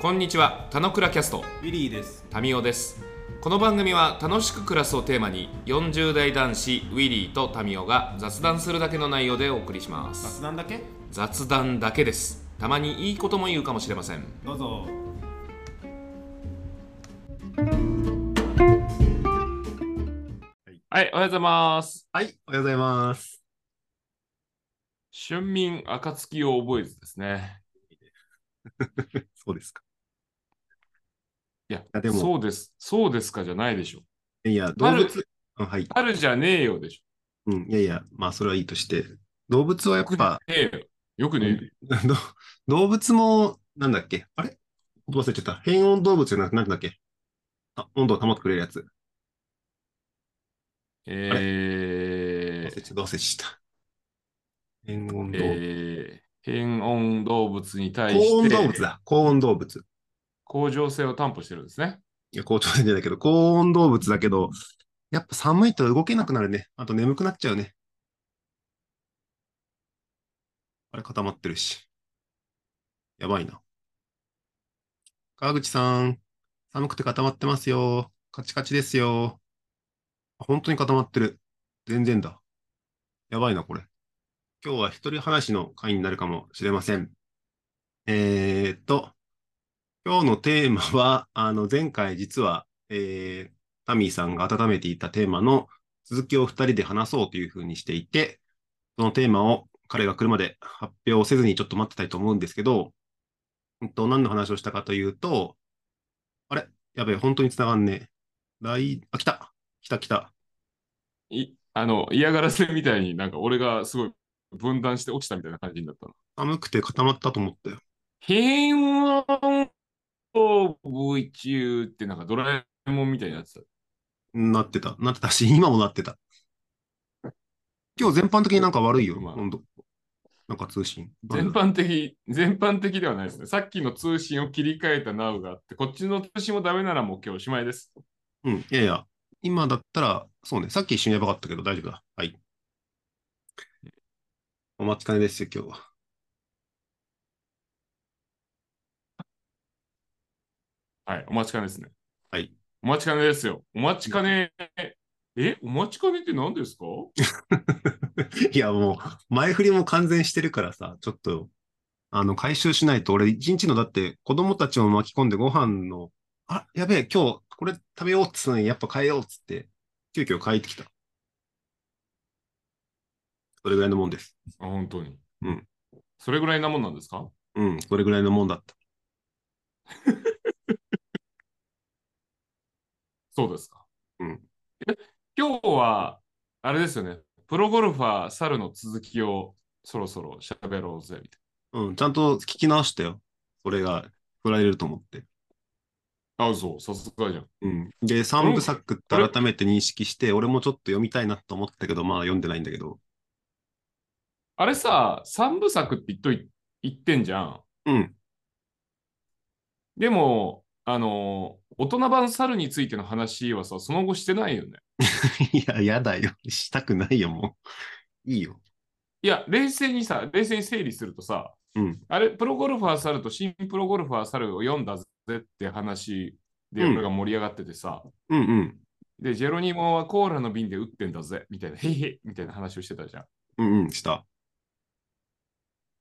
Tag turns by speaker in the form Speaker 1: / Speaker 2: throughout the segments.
Speaker 1: こんにちは、たのくらキャスト、
Speaker 2: ウィリーです。
Speaker 1: タミオです。この番組は楽しく暮らすをテーマに、40代男子ウィリーとタミオが雑談するだけの内容でお送りします。
Speaker 2: 雑談だけ
Speaker 1: 雑談だけです。たまにいいことも言うかもしれません。
Speaker 2: どうぞ。
Speaker 1: はい、おはようございます。
Speaker 3: はい、おはようございます。
Speaker 1: 春眠暁を覚えずですね。
Speaker 3: そうですか。
Speaker 1: いや
Speaker 3: あでも
Speaker 1: そうです。そうですかじゃないでしょ。
Speaker 3: いや、動
Speaker 1: ある
Speaker 3: 物、うん、はい、
Speaker 1: あるじゃねえよでし
Speaker 3: うん、いやいや、まあ、それはいいとして、動物はやっぱ、
Speaker 1: ょ。ねえよ。よくねえよ。
Speaker 3: ど動物も、なんだっけ、あれ忘れちゃった。変温動物じゃなくなんだっけあ、温度を保ってくれるやつ。
Speaker 1: え
Speaker 3: 忘
Speaker 1: ー
Speaker 3: れちゃどうせした。変温動物。
Speaker 1: えー、変温動物に対
Speaker 3: 高温
Speaker 1: し
Speaker 3: 動
Speaker 1: て
Speaker 3: 物だ。高温動物。
Speaker 1: 向上性を担保してるんですね。
Speaker 3: いや、校長先生だけど、高温動物だけど、やっぱ寒いと動けなくなるね。あと眠くなっちゃうね。あれ固まってるし。やばいな。川口さん、寒くて固まってますよ。カチカチですよ。本当に固まってる。全然だ。やばいな、これ。今日は一人話の回になるかもしれません。えーっと。今日のテーマは、あの、前回実は、えー、タミーさんが温めていたテーマの続きを二人で話そうというふうにしていて、そのテーマを彼が来るまで発表せずにちょっと待ってたいと思うんですけど、うんと、何の話をしたかというと、あれやべえ、本当に繋がんねえ。来、あ、来た来た来た。
Speaker 1: いあの嫌がらせみたいになんか俺がすごい分断して落ちたみたいな感じになったの。
Speaker 3: 寒くて固まったと思ったよ。
Speaker 1: 変温動物ってなんかドラえもんみたいになってた。
Speaker 3: なってた。なってたし、今もなってた。今日全般的になんか悪いよ、
Speaker 1: まあ
Speaker 3: 温度。なんか通信。
Speaker 1: 全般的、全般的ではないですね。さっきの通信を切り替えたなうがあって、こっちの通信もダメならもう今日おしまいです。
Speaker 3: うん、いやいや、今だったら、そうね、さっき一緒にやばかったけど大丈夫だ。はい。お待ちかねですよ、今日は。
Speaker 1: はい、お待ちかねですね。
Speaker 3: はい。
Speaker 1: お待ちかねですよ。お待ちかね。え、お待ちかねって何ですか
Speaker 3: いや、もう、前振りも完全してるからさ、ちょっと、あの、回収しないと、俺、一日の、だって、子供たちも巻き込んでご飯の、あ、やべえ、今日、これ食べようっつうのに、やっぱ変えようっつって、急遽変えてきた。それぐらいのもんです。
Speaker 1: あ本当に。
Speaker 3: うん。
Speaker 1: それぐらいなもんなんですか
Speaker 3: うん、それぐらいのもんだった。
Speaker 1: そうですか。
Speaker 3: うん
Speaker 1: え。今日は、あれですよね。プロゴルファー猿の続きをそろそろ喋ろうぜ、みたい
Speaker 3: うん、ちゃんと聞き直したよ。それが、振られると思って。
Speaker 1: な。あ、そう、さすがじゃん。
Speaker 3: うん、で、三部作って改めて認識して、俺もちょっと読みたいなと思ったけど、まあ読んでないんだけど。
Speaker 1: あれさ、三部作って言っとい言ってんじゃん。
Speaker 3: うん。
Speaker 1: でも、あの、大人版猿についての話はさ、その後してないよね。
Speaker 3: いや、やだよ。したくないよ、もう。いいよ。
Speaker 1: いや、冷静にさ、冷静に整理するとさ、
Speaker 3: うん。
Speaker 1: あれ、プロゴルファー猿と新プロゴルファー猿を読んだぜって話で、
Speaker 3: うん
Speaker 1: 俺が盛り上がっててさ、
Speaker 3: うんうん。
Speaker 1: で、ジェロニモはコーラの瓶で打ってんだぜ、みたいな、へいへい、みたいな話をしてたじゃん。
Speaker 3: うんうん、した。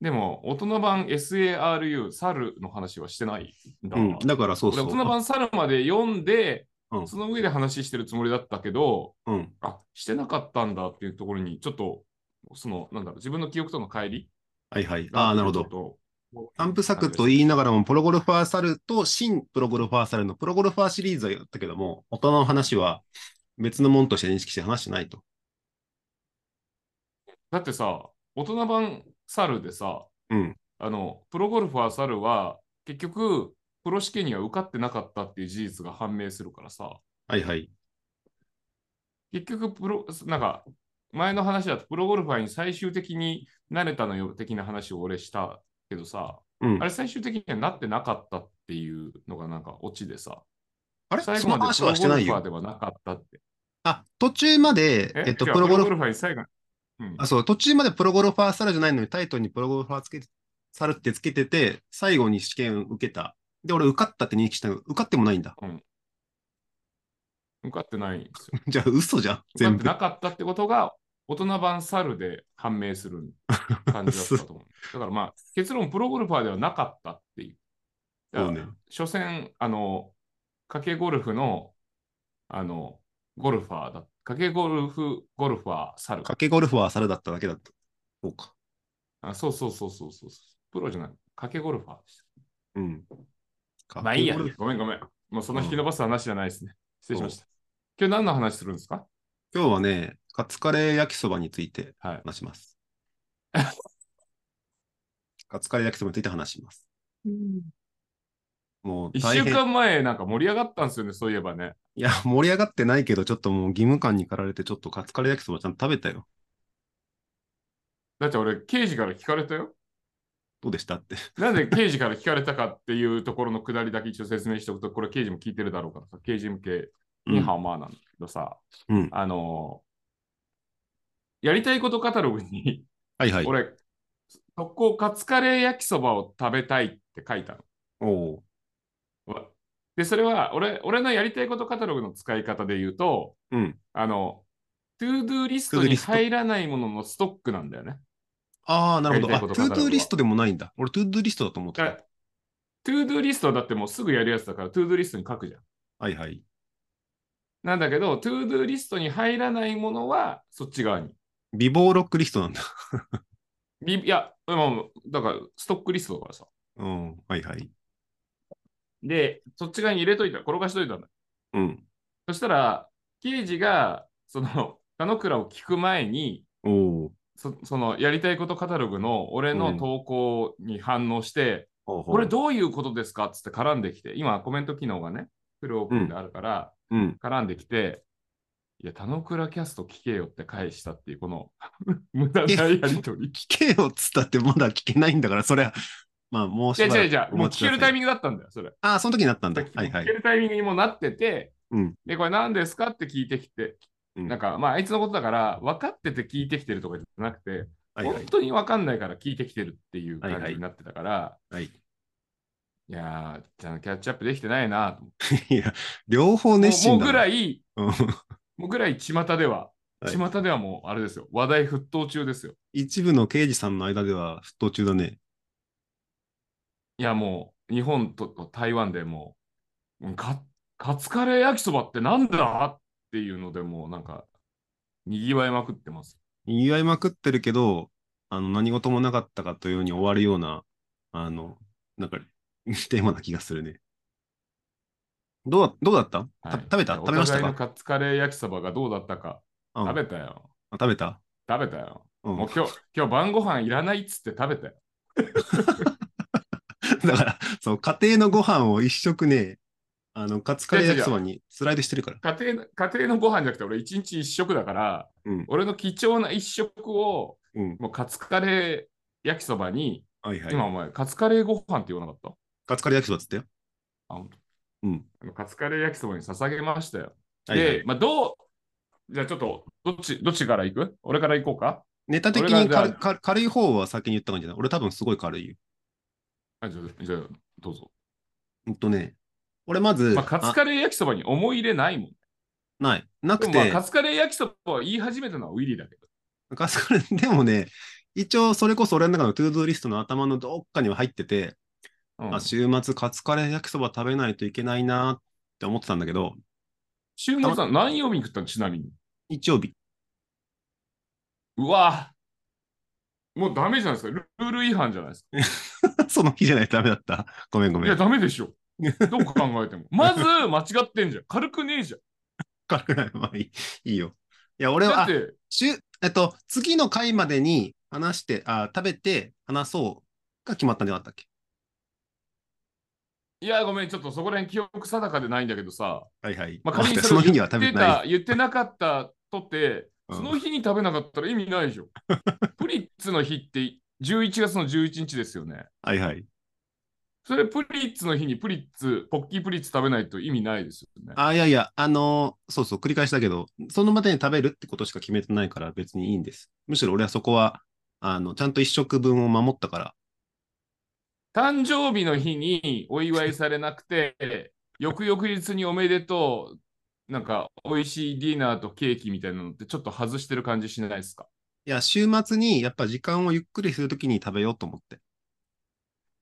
Speaker 1: でも、大人版 SARU、猿の話はしてないんだ。
Speaker 3: うん。だからそう
Speaker 1: 俺
Speaker 3: そ
Speaker 1: 大
Speaker 3: う。
Speaker 1: 人版猿まで読んで、
Speaker 3: うん
Speaker 1: その上で話してるつもりだったけど、
Speaker 3: うん。
Speaker 1: あ、してなかったんだっていうところに、ちょっと、その、なんだろう、自分の記憶との乖離
Speaker 3: はいはい。ああ、なるほ
Speaker 1: ちょっ
Speaker 3: ど。
Speaker 1: と
Speaker 3: 三部作と言いながらも、プロゴルファー猿と新プロゴルファー猿のプロゴルファーシリーズはやったけども、大人の話は別のもんとして認識して話してないと。
Speaker 1: だってさ、大人版猿でさ、
Speaker 3: うん
Speaker 1: あの、プロゴルファー猿は、結局、プロ試験には受かってなかったっていう事実が判明するからさ、
Speaker 3: はいはい。
Speaker 1: 結局、プロ、なんか、前の話だと、プロゴルファーに最終的になれたのよ、的な話を俺したけどさ、
Speaker 3: うん
Speaker 1: あ。れ最終的にはなってなかったっていうのがなんかオチでさ、
Speaker 3: あれ
Speaker 1: 最
Speaker 3: そ
Speaker 1: 後
Speaker 3: の
Speaker 1: まで
Speaker 3: 話
Speaker 1: プロ
Speaker 3: はして
Speaker 1: ゴ
Speaker 3: な
Speaker 1: ル
Speaker 3: い
Speaker 1: ファー
Speaker 3: よ。
Speaker 1: ではなかったって。
Speaker 3: あ、途中まで、えっと、
Speaker 1: じゃ
Speaker 3: プ
Speaker 1: あプロ
Speaker 3: ロゴルフ
Speaker 1: ゴルファーに最後に、うん
Speaker 3: あ、そう、途中までプロゴルファー猿じゃないのに、タイトルにプロゴルファーつけて、猿ってつけてて、最後に試験を受けたで、俺受かったって認識したの受かってもないんだ。
Speaker 1: 受かってないんですよ。
Speaker 3: じゃあ嘘じゃん、
Speaker 1: 受かっ
Speaker 3: 全
Speaker 1: て
Speaker 3: 部。
Speaker 1: なかったってことが、大人版猿で判明する感じだったと思う。 だからまあ、結論、プロゴルファーではなかったっていう。だか
Speaker 3: そう
Speaker 1: ら
Speaker 3: ね。
Speaker 1: 所詮、あの、掛けゴルフの、あの、ゴルファーだ。掛けゴルフ、ゴルファー、猿。
Speaker 3: 掛けゴルフは猿だっただけだった。そうか。
Speaker 1: あそうそうそうそうそうそう。プロじゃない。掛けゴルファーでした。
Speaker 3: うん。
Speaker 1: まあいいや。
Speaker 3: 掛けゴルフ
Speaker 1: ごめんごめん。もうその引き伸ばす話じゃないですね。失礼しました。今日何の話するんですか
Speaker 3: 今日はね、カツカレー焼きそばについて
Speaker 1: はい。
Speaker 3: 話します。 カツカレー焼きそばについて話します。もう
Speaker 1: 一
Speaker 3: 大
Speaker 1: 週
Speaker 3: 変。
Speaker 1: 間前なんか盛り上がったんですよね、そういえばね。
Speaker 3: いや、盛り上がってないけど、ちょっともう義務感に駆られて、ちょっとカツカレー焼きそばちゃんと食べたよ。
Speaker 1: だって俺、刑事から聞かれたよ。
Speaker 3: どうでしたって。
Speaker 1: なんで刑事から聞かれたかっていうところのくだりだけ一応説明しておくと、これ刑事も聞いてるだろうからさ、刑事向け
Speaker 3: うん
Speaker 1: にハーマーなんだけどさ、
Speaker 3: うん
Speaker 1: あのーやりたいことカタログに、
Speaker 3: はいはい。
Speaker 1: 俺、特攻カツカレー焼きそばを食べたいって書いたの。
Speaker 3: おう。
Speaker 1: わで、それは俺、俺のやりたいことカタログの使い方で言うと、
Speaker 3: うん。
Speaker 1: あの、トゥードゥーリスト
Speaker 3: To-do
Speaker 1: に
Speaker 3: リスト
Speaker 1: 入らないもののストックなんだよね。
Speaker 3: ああ、なるほど。
Speaker 1: や
Speaker 3: あ、
Speaker 1: りたいこと語
Speaker 3: トゥ
Speaker 1: る
Speaker 3: ードゥーリストでもないんだ。俺、トゥードゥーリストだと思って
Speaker 1: だ
Speaker 3: た。
Speaker 1: トゥードゥーリストはだってもうすぐやるやつだから、トゥードゥーリストに書くじゃん。
Speaker 3: はいはい。
Speaker 1: なんだけど、トゥードゥーリストに入らないものはそっち側に。
Speaker 3: 美貌ロックリストなんだ。
Speaker 1: ビいや、うんだからストックリストだからさ。
Speaker 3: うん。はいはい。
Speaker 1: で、そっち側に入れといた、転がしといたんだ。
Speaker 3: うん。
Speaker 1: そしたら、刑事が、その、田之倉を聞く前に、
Speaker 3: おう。
Speaker 1: そそのやりたいことカタログの俺の投稿に反応して、
Speaker 3: ほうほう
Speaker 1: これどういうことですかっつって絡んできて、今コメント機能がね、フルオープンであるから、
Speaker 3: うん。
Speaker 1: 絡んできて、いや、田之倉キャスト聞けよって返したっていう、この 無駄なやりとり。
Speaker 3: 聞けよっつったってまだ聞けないんだから、それは、まあ、もう
Speaker 1: じ
Speaker 3: し
Speaker 1: ゃ
Speaker 3: ば
Speaker 1: じ
Speaker 3: ら
Speaker 1: ゃ
Speaker 3: く
Speaker 1: じゃもう聞けるタイミングだったんだよ、それ。
Speaker 3: ああ、その時になったんだ。はいは
Speaker 1: 聞
Speaker 3: い
Speaker 1: け。るタイミングにもなってて、
Speaker 3: うん
Speaker 1: で、これ何ですかって聞いてきて、
Speaker 3: うん
Speaker 1: なんか、まあ、あいつのことだから、分かってて聞いてきてるとかじゃなくて、
Speaker 3: はいは
Speaker 1: 本
Speaker 3: い。
Speaker 1: 当に分かんないから聞いてきてるっていう
Speaker 3: は
Speaker 1: 感
Speaker 3: いは
Speaker 1: じ
Speaker 3: い
Speaker 1: になってたから、
Speaker 3: はい、
Speaker 1: いやー、ちゃんとキャッチアップできてないなと思って
Speaker 3: いや、両方熱
Speaker 1: もうも
Speaker 3: 心
Speaker 1: うぐ
Speaker 3: だな。
Speaker 1: らい、
Speaker 3: うん
Speaker 1: もうぐらい巷では、
Speaker 3: はい
Speaker 1: 巷ではもうあれですよ、話題沸騰中ですよ。
Speaker 3: 一部の刑事さんの間では沸騰中だね。
Speaker 1: いや、もう日本とと台湾でもううんカ、カツカレー焼きそばってなんだっていうので、もうなんか、にぎわいまくってます。
Speaker 3: 言い合いまくってるけど、あの、何事もなかったかというように終わるような、あの、なんか、 テーマな気がするね。どう、どうだった、
Speaker 1: はい
Speaker 3: た食べた
Speaker 1: お
Speaker 3: 食べました
Speaker 1: 互いの
Speaker 3: か
Speaker 1: カツカレー焼きそばがどうだったか、
Speaker 3: うん
Speaker 1: 食べたよ。
Speaker 3: あ食べた
Speaker 1: 食べたよ。
Speaker 3: うん
Speaker 1: もう今日、今日晩ご飯いらないっつって食べたよ。
Speaker 3: だから、そう、家庭のご飯を一食ね、あの、カツカレー焼きそばにスライドしてるから。
Speaker 1: 家庭の家庭のご飯じゃなくて、俺一日一食だから、
Speaker 3: うん
Speaker 1: 俺の貴重な一食を、
Speaker 3: うん。
Speaker 1: もうカツカレー焼きそばに、
Speaker 3: はいはい。
Speaker 1: 今お前、カツカレーご飯って言わなかった
Speaker 3: カツカレー焼きそばっつったよ。
Speaker 1: あ本当
Speaker 3: うん。
Speaker 1: あのカツカレー焼きそばに捧げましたよ。
Speaker 3: はいはい
Speaker 1: で、まあ、どう、じゃあちょっと、どっち、どっちから行く俺から行こうか
Speaker 3: ネタ的
Speaker 1: 俺
Speaker 3: に
Speaker 1: が
Speaker 3: 軽
Speaker 1: じゃあ
Speaker 3: 軽軽い方は先に言った感じだ。俺多分すごい軽いよ。
Speaker 1: あじゃあ、じゃあどうぞ。
Speaker 3: ほんとね。俺まず、
Speaker 1: まあ、カツカレー焼きそばに思い入れないもん。
Speaker 3: あない。な
Speaker 1: で
Speaker 3: く
Speaker 1: も、まあ、
Speaker 3: て、
Speaker 1: カツカレー焼きそばを言い始めたのはウィリーだけど。
Speaker 3: カツカレー、でもね、一応それこそ俺の中のトゥードゥーリストの頭のどっかには入ってて、
Speaker 1: うん
Speaker 3: あ週末カツカレー焼きそば食べないといけないなーって思ってたんだけど、
Speaker 1: 週末は何曜日に食ったのちなみに。
Speaker 3: 日曜日。
Speaker 1: うわもうダメじゃないですか。ルルール違反じゃないですか。
Speaker 3: その日じゃないとダメだった。ごめんご
Speaker 1: い
Speaker 3: め
Speaker 1: や、
Speaker 3: ん。
Speaker 1: ダメでしょ。どう考え ても。まず、間違ってんじゃん。軽くねえじゃん。
Speaker 3: 軽くない。まあいいいいよ。いや、俺は、
Speaker 1: だ
Speaker 3: あ
Speaker 1: って、
Speaker 3: しゅえっと、次の回までに話して、あ食べて話そうが決まったんじゃなかったっけ
Speaker 1: いや、ごめん、ちょっとそこら辺記憶定かでないんだけどさ、
Speaker 3: はいはい。
Speaker 1: まあ、
Speaker 3: まあ
Speaker 1: 仮に
Speaker 3: その
Speaker 1: れ
Speaker 3: 日には食べ
Speaker 1: 言って
Speaker 3: ない。
Speaker 1: た、言ってなかったとって、
Speaker 3: うん
Speaker 1: その日に食べなかったら意味ないじ ゃん。プリッツの日って11月の11日ですよね。
Speaker 3: はいはい。
Speaker 1: それプリッツの日にプリッツ、ポッキープリッツ食べないと意味ないですよね。
Speaker 3: あ、いやいや、あのーそうそう、繰り返しだけど、そのまでに食べるってことしか決めてないから別にいいんです。むしろ俺はそこは、あの、ちゃんと一食分を守ったから、
Speaker 1: 誕生日の日にお祝いされなくて、翌々日におめでとう、なんか美味しいディナーとケーキみたいなのってちょっと外してる感じしないですか
Speaker 3: いや、週末にやっぱ時間をゆっくりするときに食べようと思って。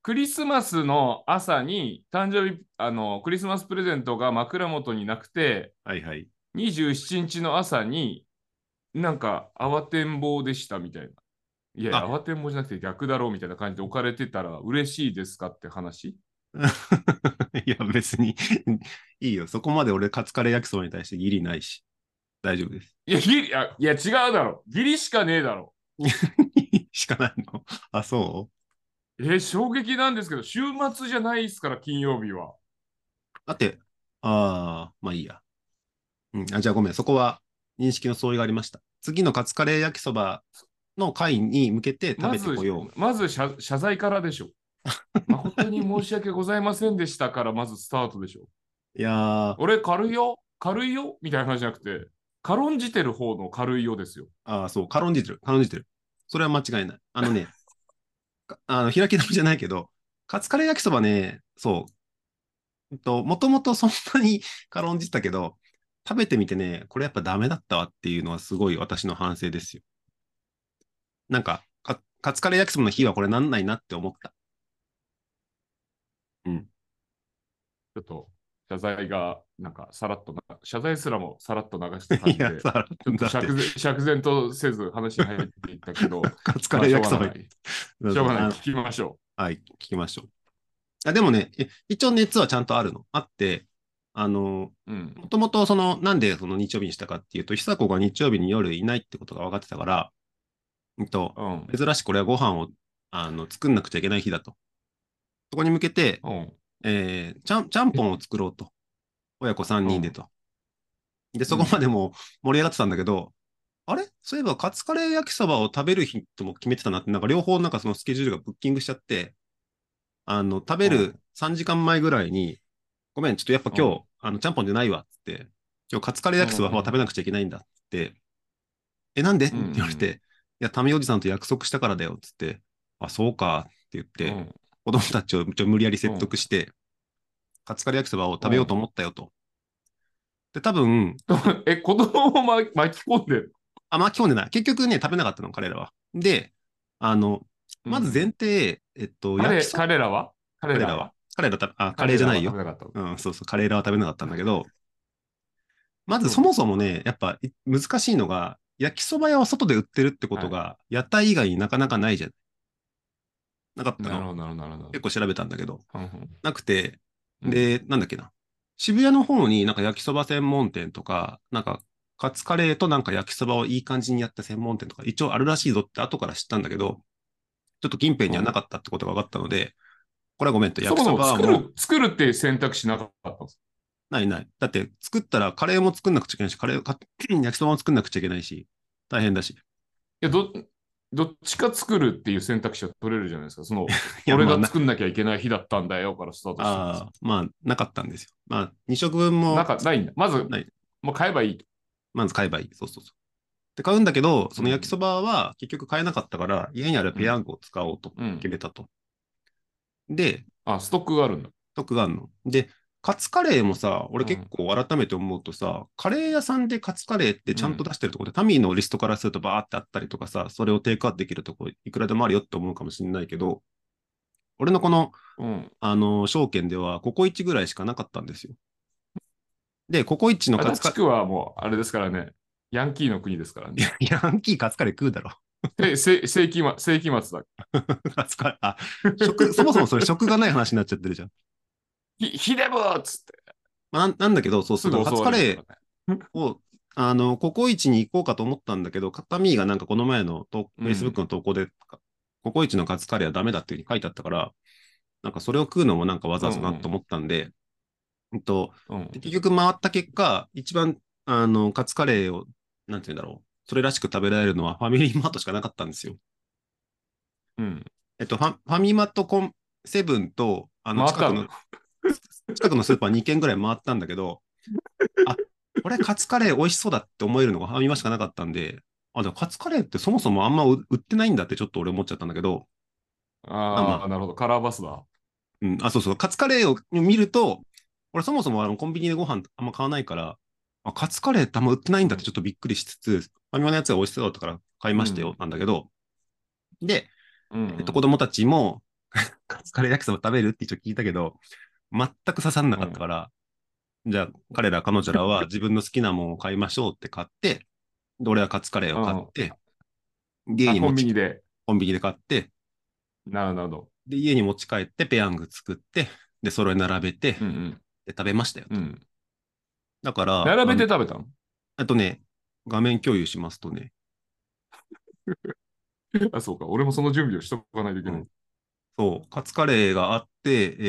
Speaker 1: クリスマスの朝に誕生日、あの、クリスマスプレゼントが枕元になくて、
Speaker 3: はいはい。
Speaker 1: 27日の朝に、なんか慌てんぼうでしたみたいな。いや、
Speaker 3: あ
Speaker 1: 慌てんぼうじゃなくて逆だろうみたいな感じで置かれてたら嬉しいですかって話。
Speaker 3: いや、別にいいよ。そこまで俺、カツカレー焼きそばに対してギリないし。大丈夫です。
Speaker 1: いや、ギリ、あいや違うだろ。ギリしかねえだろ。
Speaker 3: しかないのあ、そう
Speaker 1: えー衝撃なんですけど、週末じゃないですから、金曜日は。
Speaker 3: だって、ああ、まあいいや。うん、あ、じゃあごめん。そこは認識の相違がありました。次のカツカレー焼きそばの回に向けて食
Speaker 1: ま
Speaker 3: べ
Speaker 1: ず
Speaker 3: てこよう。、
Speaker 1: まず謝謝罪から でしょ。誠に申し訳ございませんでしたから、まずスタートでしょ。
Speaker 3: いやー、
Speaker 1: 俺、軽いよ、軽いよ、みたいな話じゃなくて、軽んじてる方の軽いよですよ。
Speaker 3: ああ、そう、軽んじてる、軽んじてる。それは間違いない。あのね、かあの、開き直りじゃないけど、カツカレー焼きそばね、そう、えっと、もともとそんなに 軽んじてたけど、食べてみてね、これやっぱダメだったわっていうのはすごい私の反省ですよ。なんか、かカツカレー焼きそばの日はこれなんないなって 思った。
Speaker 1: ちょっと、謝罪が、なんか、さらっとな、謝罪すらもさらっと流した感じ
Speaker 3: いや
Speaker 1: で、、
Speaker 3: さ、だっ
Speaker 1: 釈
Speaker 3: て、
Speaker 1: 然釈然とせず話に入っていったけど、
Speaker 3: カツカ
Speaker 1: まあ
Speaker 3: レー
Speaker 1: しょう
Speaker 3: 焼き
Speaker 1: がない。
Speaker 3: そばに
Speaker 1: しょうがない、聞きましょう。
Speaker 3: はい、聞きましょう。あでもね、え一応熱はちゃんとあるの。あって、あの、
Speaker 1: うん。
Speaker 3: もともとその、なんでその日曜日にしたかっていうと、久子が日曜日に夜いないってことが分かってたから、うんと、
Speaker 1: うん。
Speaker 3: 珍しくこれはご飯をあの作んなくちゃいけない日だと。そこに向けて、
Speaker 1: うん。
Speaker 3: えーちゃん、ちゃんぽんを作ろうと。親子3人でと。で、そこまでも盛り上がってたんだけど、あれそういえばカツカレー焼きそばを食べる日とも決めてたなって、なんか両方なんかそのスケジュールがブッキングしちゃって、あの、食べ
Speaker 1: う
Speaker 3: る
Speaker 1: ん
Speaker 3: 3時間前ぐらいに、ごめん、ちょっとやっぱ今日、あの、ちゃんぽんじゃないわっつって、今日カツカレー焼きそばは食べなくちゃいけないんだっつって、え、なんでって
Speaker 1: うんうん
Speaker 3: 言われて、いや、タミおじさんと約束したからだよっつって、あ、そうかって言って、
Speaker 1: うん
Speaker 3: 子供たちをちょ無理やり説得して、カツカレー焼きそばを食べようと思ったよと。で、多分、
Speaker 1: え、子供をま巻き込んでる。
Speaker 3: あ、まあ、基本でない。結局ね、食べなかったの、彼らは。で、あの、まず前提、えっと、
Speaker 1: 彼
Speaker 3: 焼きそば、
Speaker 1: 彼らは彼
Speaker 3: 彼
Speaker 1: ら
Speaker 3: らは
Speaker 1: は、
Speaker 3: 彼らたあ、カレーじゃないよ
Speaker 1: 彼。らは食べなかった
Speaker 3: うん、そうそう、カレーラは食べなかったんだけど、まずそもそもね、やっぱい難しいのが、焼きそば屋を外で売ってるってことが、屋台以外になかなかないじゃん。なかった
Speaker 1: なるほど、
Speaker 3: の。
Speaker 1: なるほど、なるほど
Speaker 3: 結構調べたんだけど、
Speaker 1: うん
Speaker 3: なくて、
Speaker 1: うん。
Speaker 3: で、なんだっけな。渋谷の方になんか焼きそば専門店とか、なんかカツカレーとなんか焼きそばをいい感じにやった専門店とか、一応あるらしいぞって後から知ったんだけど、ちょっと近辺にはなかったってことが分かったので、これはごめんと、
Speaker 1: そ
Speaker 3: 焼
Speaker 1: もそ
Speaker 3: きそ
Speaker 1: も
Speaker 3: ばは
Speaker 1: 作
Speaker 3: もう
Speaker 1: る、作るっていう選択肢なかったんです
Speaker 3: ないない。だって作ったらカレーも作んなくちゃいけないし、カレー、か焼きそばも作んなくちゃいけないし、大変だし。
Speaker 1: いや、ど、どっちか作るっていう選択肢は取れるじゃないですか。その、
Speaker 3: いや
Speaker 1: 俺
Speaker 3: まあ
Speaker 1: が
Speaker 3: な
Speaker 1: 作んなきゃいけない日だったんだよからスタートしてます
Speaker 3: あーまあ、なかったんですよ。まあ、2食分も
Speaker 1: なかないんだ。まず
Speaker 3: ない、
Speaker 1: もう買えばいいと。
Speaker 3: まず買えばいい。そうそうそう。で、買うんだけど、その焼きそばは結局買えなかったから、家にあるペヤングを使おうと
Speaker 1: うん
Speaker 3: 決。めたと。で、
Speaker 1: あ、ストックがあるんだ。
Speaker 3: 特があるの。で、カツカレーもさ、俺
Speaker 1: うん
Speaker 3: 結構改めて思うとさ、カレー屋さんでカツカレーってちゃんと出してるとこで、タミーのリストからするとバーってあったりとかさ、それをテイクアウトできるとこいくらでもあるよって思うかもしれないけど、俺のこの、
Speaker 1: うん。
Speaker 3: あの証券では、ココイチぐらいしかなかったんですよ。で、ココイチの
Speaker 1: 足
Speaker 3: カツ
Speaker 1: 立
Speaker 3: カレ
Speaker 1: 区はもう、あれですからね。ヤンキーの国ですからね。
Speaker 3: ー、ヤンキーカツカレー食うだろ。
Speaker 1: え、せ世紀末、世紀末だ。
Speaker 3: カツカレー、あ、食、 そもそもそれ食がない話になっちゃってるじゃん。
Speaker 1: ひ、ひでぶーっつって。
Speaker 3: まあ、なんなんだけど、そうそ
Speaker 1: す
Speaker 3: う、
Speaker 1: ぐ
Speaker 3: カ
Speaker 1: 襲
Speaker 3: ツ
Speaker 1: わ
Speaker 3: カレ
Speaker 1: れ
Speaker 3: ー
Speaker 1: る、からね。
Speaker 3: を、あの、ココイチに行こうかと思ったんだけど、カタミーがなんかこの前のと、
Speaker 1: うん
Speaker 3: Facebook の投稿で、ココイチのカツカレーはダメだっていうふうに書いてあったから、なんかそれを食うのもなんかわざわざなと思ったんで、うんと、
Speaker 1: うん
Speaker 3: 結局回った結果、一番、あの、カツカレーを、なんて言うんだろう、それらしく食べられるのはファミリーマートしかなかったんですよ。
Speaker 1: うん。
Speaker 3: えっと、ファファミマとコンセブンと、あの、
Speaker 1: 回っ
Speaker 3: 近
Speaker 1: た
Speaker 3: く
Speaker 1: の
Speaker 3: の、 近くのスーパー2軒ぐらい回ったんだけど、あ、これカツカレー美味しそうだって思えるのがファミマしかなかったんで、あ、でもカツカレーってそもそもあんま売売ってないんだってちょっと俺思っちゃったんだけど、
Speaker 1: あ
Speaker 3: ま
Speaker 1: あ、なるほど。カラーバスだ。
Speaker 3: うん、あ、そうそう、カツカレーを見ると、俺そもそもあのコンビニでご飯あんま買わないから、あ、カツカレーってあんま売ってないんだってちょっとびっくりしつつ、ファミマのやつが美味しそうだったから買いましたよ、
Speaker 1: うん
Speaker 3: なんだけど、で、
Speaker 1: うんうん、
Speaker 3: えっと、子供たちも、 カツカレー焼きそば食べるって一応聞いたけど、全く刺さんなかったから、じゃあ、彼ら、彼女らは自分の好きなものを買いましょうって買って、で、俺はカツカレーを買って、で家
Speaker 1: あ
Speaker 3: に
Speaker 1: コン
Speaker 3: 持
Speaker 1: ビ
Speaker 3: ち
Speaker 1: ニで。
Speaker 3: コンビニで買って、
Speaker 1: なるほど。
Speaker 3: で、家に持ち帰って、ペヤング作って、で、それ並べて、
Speaker 1: うん
Speaker 3: で食べましたよ。
Speaker 1: うん。うん、
Speaker 3: だから、
Speaker 1: 並べて
Speaker 3: あの
Speaker 1: 食べたの
Speaker 3: あとね、画面共有しますとね、
Speaker 1: あ、そうか。俺もその準備をしとかないといけない。
Speaker 3: うんそう、カツカレーがあって、え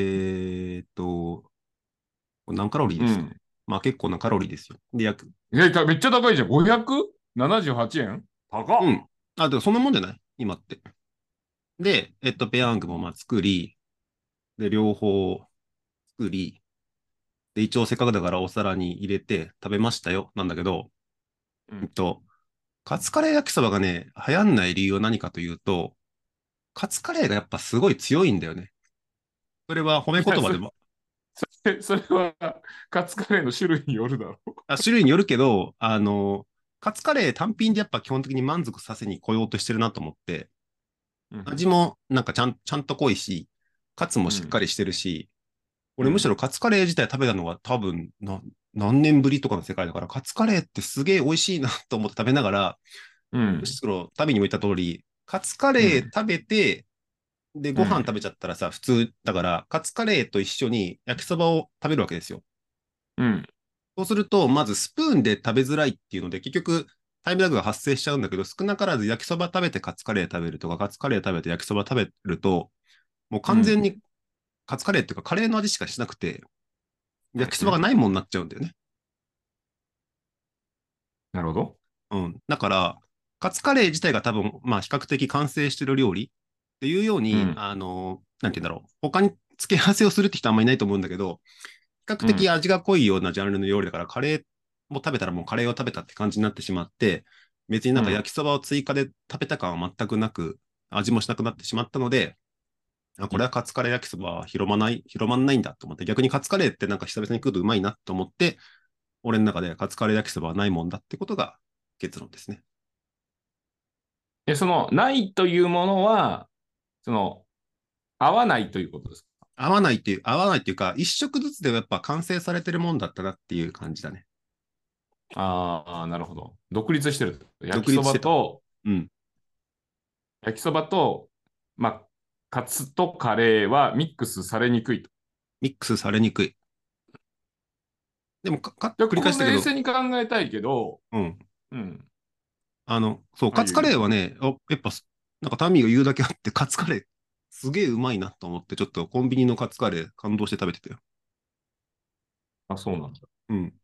Speaker 3: ーっと、これ何カロリーですか、まあ結構なカロリーですよ。で、約、
Speaker 1: うんえためっちゃ高いじゃん。578円高っ、
Speaker 3: うん。あ、でもそんなもんじゃない今って。で、えっと、ペヤングもまあ作り、で、両方作り、で、一応せっかくだからお皿に入れて食べましたよ、なんだけど、
Speaker 1: う
Speaker 3: えっ
Speaker 1: ん
Speaker 3: と、カツカレー焼きそばがね、流行んない理由は何かというと、カツカレーがやっぱすごい強いんだよね。それは褒め言葉 でも、
Speaker 1: それそれはカツカレーの種類によるだろう。
Speaker 3: あ種類によるけど、あの、カツカレー単品でやっぱ基本的に満足させに来ようとしてるなと思って、
Speaker 1: うん
Speaker 3: 味もなんかちゃんちゃんと濃いし、カツもしっかりしてるし、
Speaker 1: うん
Speaker 3: 俺むしろカツカレー自体食べたのが多分な何年ぶりとかの世界だから、カツカレーってすげえ美味しいなと思って食べながら、
Speaker 1: うん
Speaker 3: むしろ旅にも言った通り、カツカレー食べて、で、ご飯
Speaker 1: うん
Speaker 3: 食べちゃったらさ、普通だから、カツカレーと一緒に焼きそばを食べるわけですよ。
Speaker 1: うん。
Speaker 3: そうすると、まずスプーンで食べづらいっていうので、結局、タイムラグが発生しちゃうんだけど、少なからず焼きそば食べてカツカレー食べるとか、カツカレー食べて焼きそば食べると、もう完全にカツカレーっていうか、カレーの味しかしなくて、焼きそばがないもんなっちゃうんだよね。
Speaker 1: なるほど。
Speaker 3: うん。だから、カツカレー自体が多分、まあ、比較的完成してる料理っていうように、
Speaker 1: うん
Speaker 3: あの、なんて言うんだろう。他に付け合わせをするって人あんまりいないと思うんだけど、比較的味が濃いようなジャンルの料理だから、カレーも食べたらもうカレーを食べたって感じになってしまって、別になんか
Speaker 1: うん
Speaker 3: 焼きそばを追加で食べた感は全くなく、味もしなくなってしまったので、あこれはカツカレー焼きそばは広まない、広まんないんだと思って、逆にカツカレーってなんか久々に食うとうまいなと思って、俺の中でカツカレー焼きそばはないもんだってことが結論ですね。
Speaker 1: え、その、ないというものは、その、合わないということですか
Speaker 3: 合わないっていう、合わないっていうか、一食ずつでやっぱ完成されてるもんだったなっていう感じだね。
Speaker 1: ああ、なるほど。独立してると。焼
Speaker 3: 独
Speaker 1: き
Speaker 3: 立
Speaker 1: そ
Speaker 3: して
Speaker 1: ば
Speaker 3: た
Speaker 1: と、
Speaker 3: うん。
Speaker 1: 焼きそばと、まあ、カツとカレーはミックスされにくいと。
Speaker 3: ミックスされにくい。でもか、か
Speaker 1: じゃあ、
Speaker 3: 繰
Speaker 1: こ
Speaker 3: り
Speaker 1: こ
Speaker 3: 返して
Speaker 1: 冷
Speaker 3: るけど、
Speaker 1: 静に考えたいけど、
Speaker 3: うん。
Speaker 1: うん。
Speaker 3: あの、そう、
Speaker 1: あ
Speaker 3: カツカレーはね、あやっぱす、なんかタミーが言うだけあって、 カツカレー、すげえうまいなと思って、ちょっとコンビニのカツカレー、感動して食べてたよ。
Speaker 1: あ、そうなんだ。ち
Speaker 3: うん。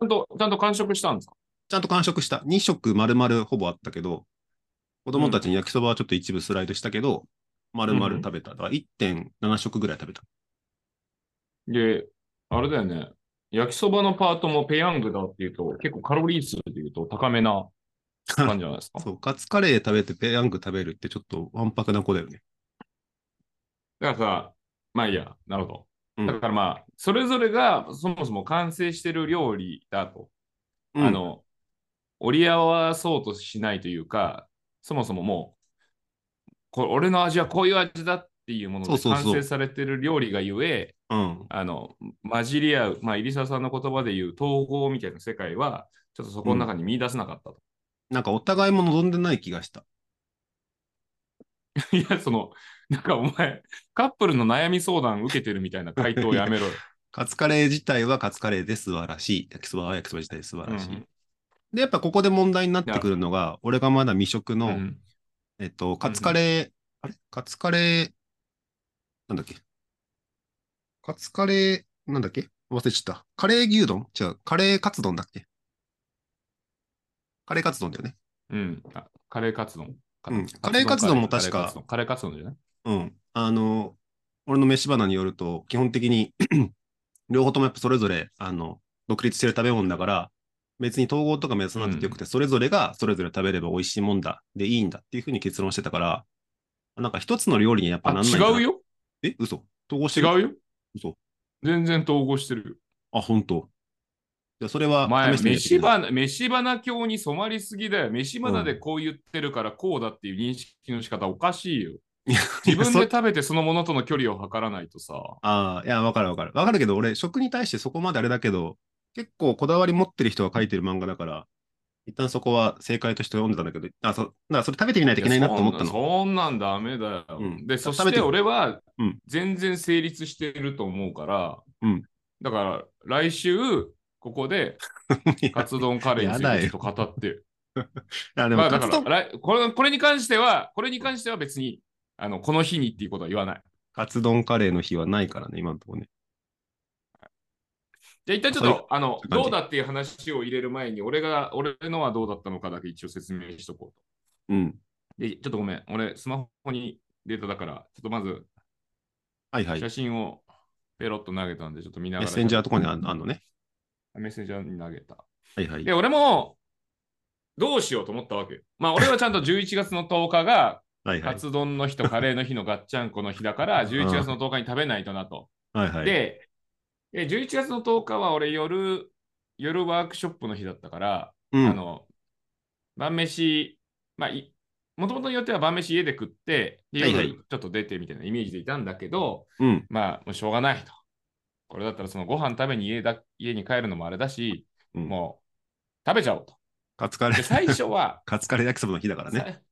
Speaker 1: ゃんと、ちゃんと完食したんですか
Speaker 3: ちゃんと完食した。2食丸々ほぼあったけど、子供たちに焼きそばはちょっと一部スライドしたけど、丸々食べた。だから1.7食ぐらい食べた。。
Speaker 1: で、あれだよね。焼きそばのパートもペヤングだっていうと、結構カロリー数でいうと高めな感じじゃないですか
Speaker 3: そう、カツカレー食べてペヤング食べるってちょっとわんぱくな子だよね。
Speaker 1: だからさ、まあいいや、なるほ
Speaker 3: う
Speaker 1: ど。
Speaker 3: ん
Speaker 1: だからまあ、それぞれがそもそも完成してる料理だと、あ、の、折り合わそうとしないというか、そもそももう、こ俺の味はこういう味だっていうもの
Speaker 3: そう
Speaker 1: で
Speaker 3: そう
Speaker 1: 完
Speaker 3: そう
Speaker 1: 成されてる料理がゆえ、
Speaker 3: うん。
Speaker 1: あの、混じり合う、まあ、入澤さんの言葉で言う統合みたいな世界は、ちょっとそこの中に見出せなかったと。
Speaker 3: なんかお互いも望んでない気がした。
Speaker 1: いや、その、なんかお前、カップルの悩み相談受けてるみたいな回答やめ ろよ。
Speaker 3: カツカレー自体はカツカレーで素晴らしい。焼きそばは焼きそば自体で素晴らし
Speaker 1: う
Speaker 3: い。
Speaker 1: ん
Speaker 3: で、やっぱここで問題になってくるのが、俺がまだ未食の、
Speaker 1: うん
Speaker 3: えっと、カツカレー、あれカツカレー、なんだっけカツカレー、なんだっけ忘れちゃった。カレー牛丼違う。カレーカツ丼だっけカレーカツ丼だよね。
Speaker 1: うん。あカレーカツ丼。
Speaker 3: うんカレーカツ丼も確か
Speaker 1: カレーカツ丼カレーカツ丼じゃない
Speaker 3: うん。あの、俺の飯花によると、基本的に 両方ともやっぱそれぞれ、あの、独立してる食べ物だから、別に統合とか目指さなくてよくて、それぞれがそれぞれ食べれば美味しいもんだ、でいいんだっていうふうに結論してたから、なんか一つの料理にやっぱ
Speaker 1: あ、
Speaker 3: なんないんだな
Speaker 1: 違うよ
Speaker 3: え、嘘統合して
Speaker 1: 違
Speaker 3: る
Speaker 1: うよ
Speaker 3: 嘘
Speaker 1: 全然統合してるよ。
Speaker 3: あ、本当。じゃあそれは
Speaker 1: 前、
Speaker 3: 試して
Speaker 1: 飯
Speaker 3: みない
Speaker 1: 花、飯花教に染まりすぎだよ。飯花でこう言ってるからこうだっていう認識の仕方おかしい よ。自分
Speaker 3: いやそ
Speaker 1: で食べてそのものとの距離を測らないとさ。
Speaker 3: ああ、いや、わかるわかる。わかるけど、俺、食に対してそこまであれだけど、結構こだわり持ってる人が書いてる漫画だから、一旦そこは正解として読んでたんだけど、あ、そ、だからそれ食べてみないといけないなと思った
Speaker 1: いや
Speaker 3: の。
Speaker 1: そんなそんなんダメだよ。
Speaker 3: うん
Speaker 1: で、そ
Speaker 3: 食
Speaker 1: し
Speaker 3: べて
Speaker 1: て俺は
Speaker 3: うん
Speaker 1: 全然成立してると思うから、
Speaker 3: うん
Speaker 1: だから来週、ここで
Speaker 3: いや
Speaker 1: カツ丼カレーにつ
Speaker 3: やだ
Speaker 1: い
Speaker 3: よ
Speaker 1: てちょっと語って。
Speaker 3: あ、 で
Speaker 1: ま
Speaker 3: も
Speaker 1: あ、だか
Speaker 3: カツ丼、
Speaker 1: ら来これ、これに関しては、これに関しては別に、あのこの日にっていうことは言わない。
Speaker 3: カツ丼カレーの日はないからね、今のところね。
Speaker 1: じゃあ一旦ちょっ
Speaker 3: そうい
Speaker 1: と、あの
Speaker 3: そういう、感じ
Speaker 1: どうだっていう話を入れる前に、俺が、俺のはどうだったのかだけ一応説明しとこ
Speaker 3: うん。
Speaker 1: う。で、ちょっとごめん。俺、スマホにデータだから、ちょっとまず
Speaker 3: はいはい。
Speaker 1: 写真をペロッと投げたんで、ちょっと見なが
Speaker 3: メッ
Speaker 1: ら。
Speaker 3: センジャーとかにあんあんのね。
Speaker 1: メッセンジャーに投げた。
Speaker 3: はいはい
Speaker 1: で、。俺も、どうしようと思ったわけ。まあ、俺はちゃん と11月の10日が、
Speaker 3: はいは
Speaker 1: カ
Speaker 3: い。
Speaker 1: ツ丼の日とカレーの日のガッチャンコの日だから、11月の10日に食べないとなと。
Speaker 3: はいはい。
Speaker 1: で、え11月の10日は俺夜、夜ワークショップの日だったから、
Speaker 3: うん
Speaker 1: あの、晩飯、まあ、もともとによっては晩飯家で食って、で
Speaker 3: はいは
Speaker 1: 夜
Speaker 3: い
Speaker 1: ちょっと出てみたいなイメージでいたんだけど、
Speaker 3: うん。
Speaker 1: まあ、もうしょうがないと。これだったらそのご飯食べに家だ家に帰るのもあれだし、
Speaker 3: うん
Speaker 1: もう食べちゃおうと。
Speaker 3: カツカレ
Speaker 1: で、
Speaker 3: ー、
Speaker 1: 最初は、
Speaker 3: カツカレー焼きそばの日だからね。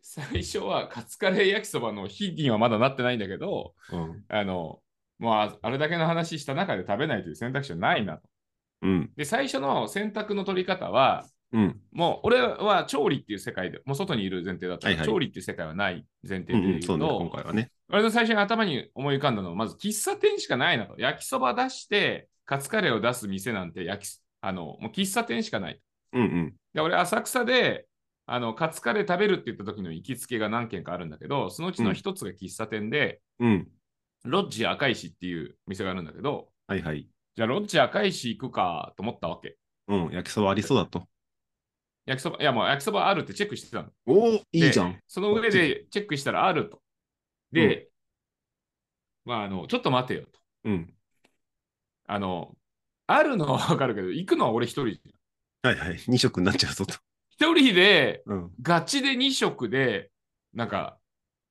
Speaker 1: さ最初はカツカレー焼きそばの日にはまだなってないんだけど、
Speaker 3: うん。
Speaker 1: あの、もうああれだけの話した中で食べないという選択肢はないなと。
Speaker 3: うん。
Speaker 1: で、最初の選択の取り方は、
Speaker 3: うん。
Speaker 1: もう俺は調理っていう世界で、もう外にいる前提だったから、
Speaker 3: はいはい
Speaker 1: 調理っていう世界はない前提
Speaker 3: う
Speaker 1: で
Speaker 3: んう。
Speaker 1: 言うん
Speaker 3: そう
Speaker 1: と、
Speaker 3: ね、今回はね。
Speaker 1: 俺の最初に頭に思い浮かんだのは、まず喫茶店しかないなと。焼きそば出して、カツカレーを出す店なんて焼き、あの、もう喫茶店しかない。
Speaker 3: うんうん。
Speaker 1: で、俺、浅草で、あの、カツカレー食べるって言った時の行きつけが何軒かあるんだけど、そのうちの一つが喫茶店で、
Speaker 3: うん。
Speaker 1: ロッジ赤石っていう店があるんだけど、
Speaker 3: はいはい。
Speaker 1: じゃあ、ロッジ赤石行くかと思ったわけ。
Speaker 3: うん。焼きそばありそうだと。
Speaker 1: 焼きそば、いやもう焼きそばあるってチェックしてたの。
Speaker 3: おお、いいじゃん。
Speaker 1: その上でチェックしたらあると。で、まあ、あの、ちょっと待てよと。
Speaker 3: うん。
Speaker 1: あの、あるのはわかるけど、行くのは俺一人じ
Speaker 3: はいはい。2食になっちゃうぞと。
Speaker 1: ゃん。一人で、
Speaker 3: うん。
Speaker 1: ガチで2食で、なんか、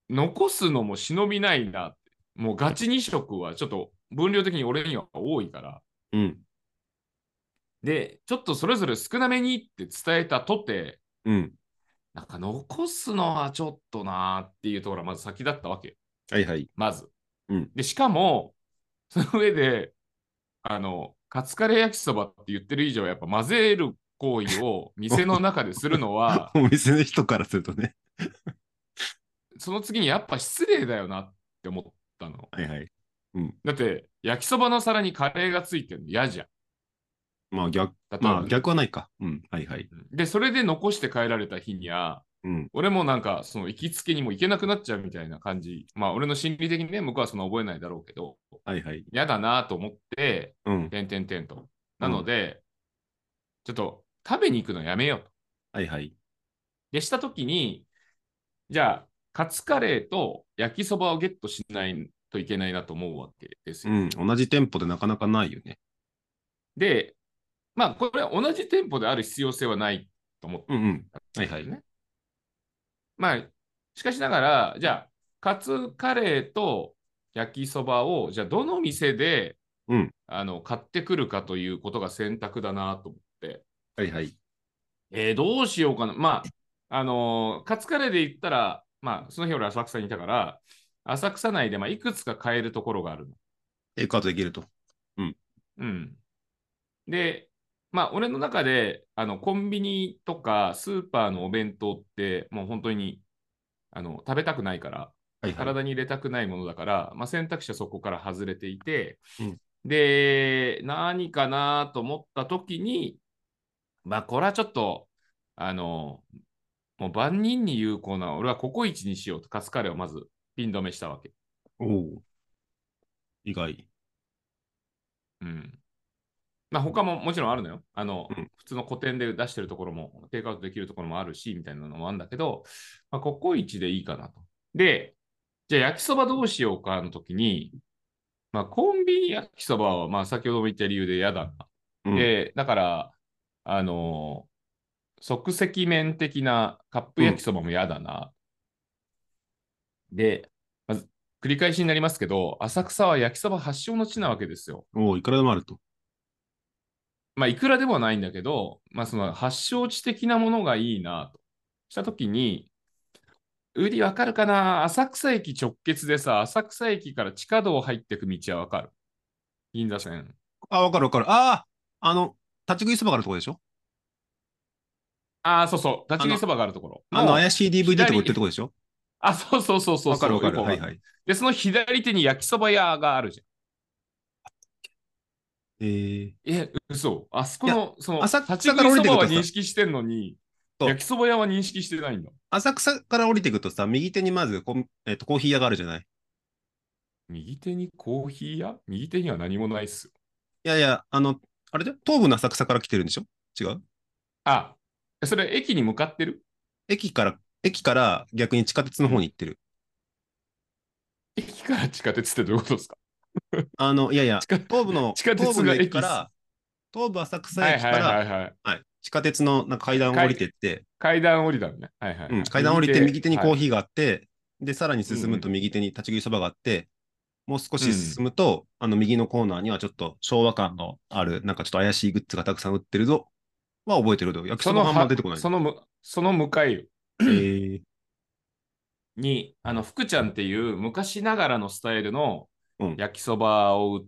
Speaker 1: 残すのも忍びないなって。もうガチ2食はちょっと分量的に俺には多いから。
Speaker 3: うん。
Speaker 1: で、ちょっとそれぞれ少なめにって伝えたとて、
Speaker 3: うん。
Speaker 1: なんか残すのはちょっとなーっていうところがまず先だったわけよ。
Speaker 3: はいはい。
Speaker 1: まず。
Speaker 3: うん
Speaker 1: で、しかも、その上で、あの、カツカレー焼きそばって言ってる以上、やっぱ混ぜる行為を店の中でするの は、
Speaker 3: お店の人からするとね。
Speaker 1: その次にやっぱ失礼だよなって思ったの。
Speaker 3: はいはい。
Speaker 1: だって、焼きそばの皿にカレーがついてるの嫌じゃん。
Speaker 3: まあ逆、
Speaker 1: 例えば
Speaker 3: まあ逆はないか。うん。はいはい。
Speaker 1: で、それで残して帰られた日には、
Speaker 3: うん。
Speaker 1: 俺もなんか、その行きつけにも行けなくなっちゃうみたいな感じ。まあ、俺の心理的にね、向こうはそんな覚えないだろうけど、
Speaker 3: はいはい。
Speaker 1: 嫌だなと思って、
Speaker 3: うん。
Speaker 1: てんてんてんと。なので、ちょっと食べに行くのやめようと。
Speaker 3: はいはい。
Speaker 1: で、したときに、じゃあ、カツカレーと焼きそばをゲットしないといけないなと思うわけです
Speaker 3: う
Speaker 1: よ。
Speaker 3: ん。同じ店舗でなかなかないよね。
Speaker 1: で、まあ、これは同じ店舗である必要性はないと思って
Speaker 3: うんうん。はい
Speaker 1: は
Speaker 3: はいい。
Speaker 1: ね。まあ、しかしながら、じゃあ、カツカレーと焼きそばを、じゃあ、どの店で、
Speaker 3: うん
Speaker 1: あの買ってくるかということが選択だなと思って、
Speaker 3: はいはい。
Speaker 1: えーどうしようかな。まあ、あのーカツカレーで言ったら、まあ、その日俺浅草にいたから、浅草内で、まあ、いくつか買えるところがあるの。
Speaker 3: テイクアウトできると。
Speaker 1: うん。で、まあ、俺の中で、あの、コンビニとかスーパーのお弁当って、もう本当に、あの、食べたくないから、
Speaker 3: はいはい。
Speaker 1: 体に入れたくないものだから、まあ、選択肢はそこから外れていて、
Speaker 3: うん
Speaker 1: で、何かなと思った時に、まあ、これはちょっと、あの、もう万人に有効な、俺はココイチにしようと、カツカレーをまずピン止めしたわけ。
Speaker 3: おお。意外。
Speaker 1: うん。まあ、他ももちろんあるのよ。あの、
Speaker 3: うん
Speaker 1: 普通の個展で出してるところも、テイクアウトできるところもあるし、みたいなのもあるんだけど、まあ、ココイチでいいかなと。で、じゃあ焼きそばどうしようかの時に、まあ、コンビニ焼きそばは、まあ、先ほども言った理由で嫌だな。
Speaker 3: うん
Speaker 1: で、だから、あのー即席麺的なカップ焼きそばも嫌だな。で、まず繰り返しになりますけど、浅草は焼きそば発祥の地なわけですよ。
Speaker 3: おういくらでもあると。
Speaker 1: まあ、いくらでもないんだけど、まあ、その発祥地的なものがいいなとしたときに、ウリわかるかな浅草駅直結でさ、浅草駅から地下道入ってく道はわかる。銀座線。
Speaker 3: あ、わかるわかる。ああ、あの、立ち食いそばがあるとこでしょ
Speaker 1: ああ、そうそう。立ち食いそばがあるところ。
Speaker 3: あの、
Speaker 1: もう
Speaker 3: 怪しい DVD とか売ってるとこでしょ
Speaker 1: あ、そうそうそうそうそう。
Speaker 3: わかるわかる。
Speaker 1: よく
Speaker 3: はいはい。
Speaker 1: で、その左手に焼きそば屋があるじ
Speaker 3: えー、
Speaker 1: ゃん。え、嘘。あそこの、その、
Speaker 3: 浅
Speaker 1: 立ち
Speaker 3: 草
Speaker 1: 食
Speaker 3: から
Speaker 1: い
Speaker 3: 降り
Speaker 1: そ
Speaker 3: てく
Speaker 1: ば
Speaker 3: ださい
Speaker 1: は認識してんのに、
Speaker 3: そう
Speaker 1: 焼きそば屋は認識してないんだ。
Speaker 3: 浅草から降りていくとさ、右手にまずコン、えっとコーヒー屋があるじゃない。
Speaker 1: 右手にコーヒー屋右手には何もないっすよ。
Speaker 3: いやいや、あの、あれだよ東部の浅草から来てるんでしょ違う
Speaker 1: あ、それ駅に向かってる
Speaker 3: 駅から、駅から逆に地下鉄の方に行ってる。
Speaker 1: 駅から地下鉄ってどういうことですか
Speaker 3: あの、いやいや、
Speaker 1: 地下
Speaker 3: 東部の、
Speaker 1: 地下鉄が
Speaker 3: 東部の
Speaker 1: 駅っ
Speaker 3: 駅
Speaker 1: す
Speaker 3: から、東部浅草
Speaker 1: はい
Speaker 3: 駅か
Speaker 1: は
Speaker 3: ら、
Speaker 1: い
Speaker 3: はい
Speaker 1: はいはい。
Speaker 3: 地下鉄のなんか階段を降りてって、
Speaker 1: 階段降りだね。はいはい、はい
Speaker 3: うん階段降りて右手にコー
Speaker 1: ー。
Speaker 3: ヒーがあって、で、さらに進むと右手に立ち食いそばがあって、もう少し進むと、あの右のコーナーにはちょっと昭和感のある、なんかちょっと怪しいグッズがたくさん売ってるぞ。は覚えてるけど、焼きそ
Speaker 1: その
Speaker 3: ばはあんま出てこない。
Speaker 1: そのむその向かい
Speaker 3: えー
Speaker 1: に、あの、福ちゃんっていう昔ながらのスタイルの
Speaker 3: うん
Speaker 1: 焼きそばを売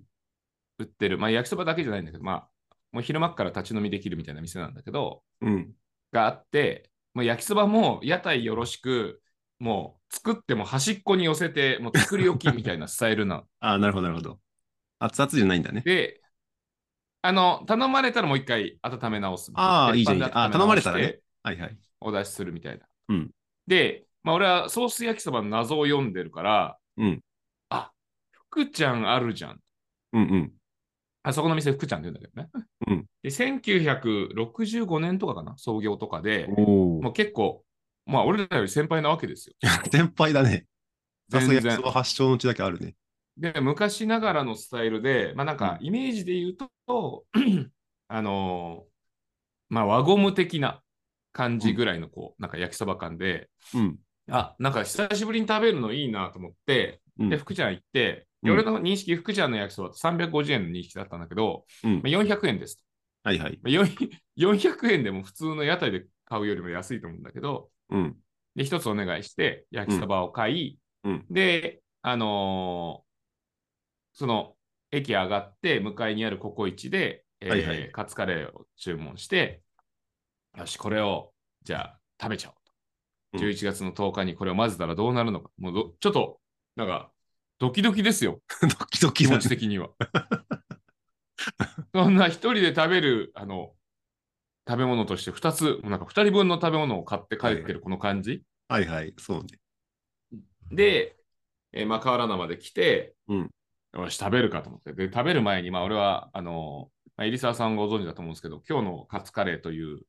Speaker 1: 売ってる、まあ焼きそばだけじゃないんだけど、まあ、もう昼間っから立ち飲みできるみたいな店なんだけど、
Speaker 3: うん。
Speaker 1: があって、もう焼きそばも屋台よろしく、もう作っても端っこに寄せて、もう作り置きみたいなスタイルなの。
Speaker 3: ああ、なるほど、なるほど。熱々じゃないんだね。
Speaker 1: で、あの、頼まれたらもう一回温め直すみたいな。
Speaker 3: ああいいじゃん
Speaker 1: 鉄板で
Speaker 3: いいじゃんあ頼まれたら
Speaker 1: 温
Speaker 3: ね
Speaker 1: め直して
Speaker 3: はいはい。
Speaker 1: お出しするみたいな。
Speaker 3: うん
Speaker 1: で、まあ、俺はソース焼きそばの謎を読んでるから、
Speaker 3: うん
Speaker 1: あ、福ちゃんあるじゃん。
Speaker 3: うんうん。
Speaker 1: あそこの店福ちゃんって言うんだけどね。
Speaker 3: うん
Speaker 1: で、1965年とかかな、創業とかで、
Speaker 3: お
Speaker 1: もう結構、まあ俺らより先輩なわけですよ。
Speaker 3: 先輩だね。さすが
Speaker 1: 全
Speaker 3: 焼き
Speaker 1: 然
Speaker 3: そ。ば発祥の地だけあるね。
Speaker 1: で、昔ながらのスタイルで、まあなんかイメージで言うと、 あのーまあ輪ゴム的な感じぐらいのこう、なんか焼きそば感で、
Speaker 3: うん。
Speaker 1: あ、なんか久しぶりに食べるのいいなと思って、
Speaker 3: うん
Speaker 1: で、福ちゃん行って、で
Speaker 3: うん
Speaker 1: 俺の認識、福ちゃんの焼きそばって350円の認識だったんだけど、
Speaker 3: うん
Speaker 1: まあ、400円です。
Speaker 3: はいはい。
Speaker 1: まあよん 400円でも普通の屋台で買うよりも安いと思うんだけど、
Speaker 3: うん。
Speaker 1: で、一つお願いして、焼きそばを買い、
Speaker 3: うん
Speaker 1: で、あのーその、駅上がって、向かいにあるココイチで、えー
Speaker 3: はいはい
Speaker 1: カツカレーを注文して、よし、これを、じゃあ、食べちゃおうと。
Speaker 3: うん
Speaker 1: 11月の10日にこれを混ぜたらどうなるのか。もうど、ちょっと、なんか、ドキドキですよ、
Speaker 3: ドキド
Speaker 1: 気
Speaker 3: キだ
Speaker 1: 持
Speaker 3: ね
Speaker 1: ち的に は。そんな一人で食べる、あの、食べ物として2つ、もうなんか2人分の食べ物を買って帰ってるこの感じ。
Speaker 3: はいはい。そうね。
Speaker 1: で、えー、まあ、河原生まで来て、
Speaker 3: うん
Speaker 1: よし、食べるかと思って。で、食べる前に、まあ、俺は、あのーまあ、入澤さんご存知だと思うんですけど、今日のカツカレーという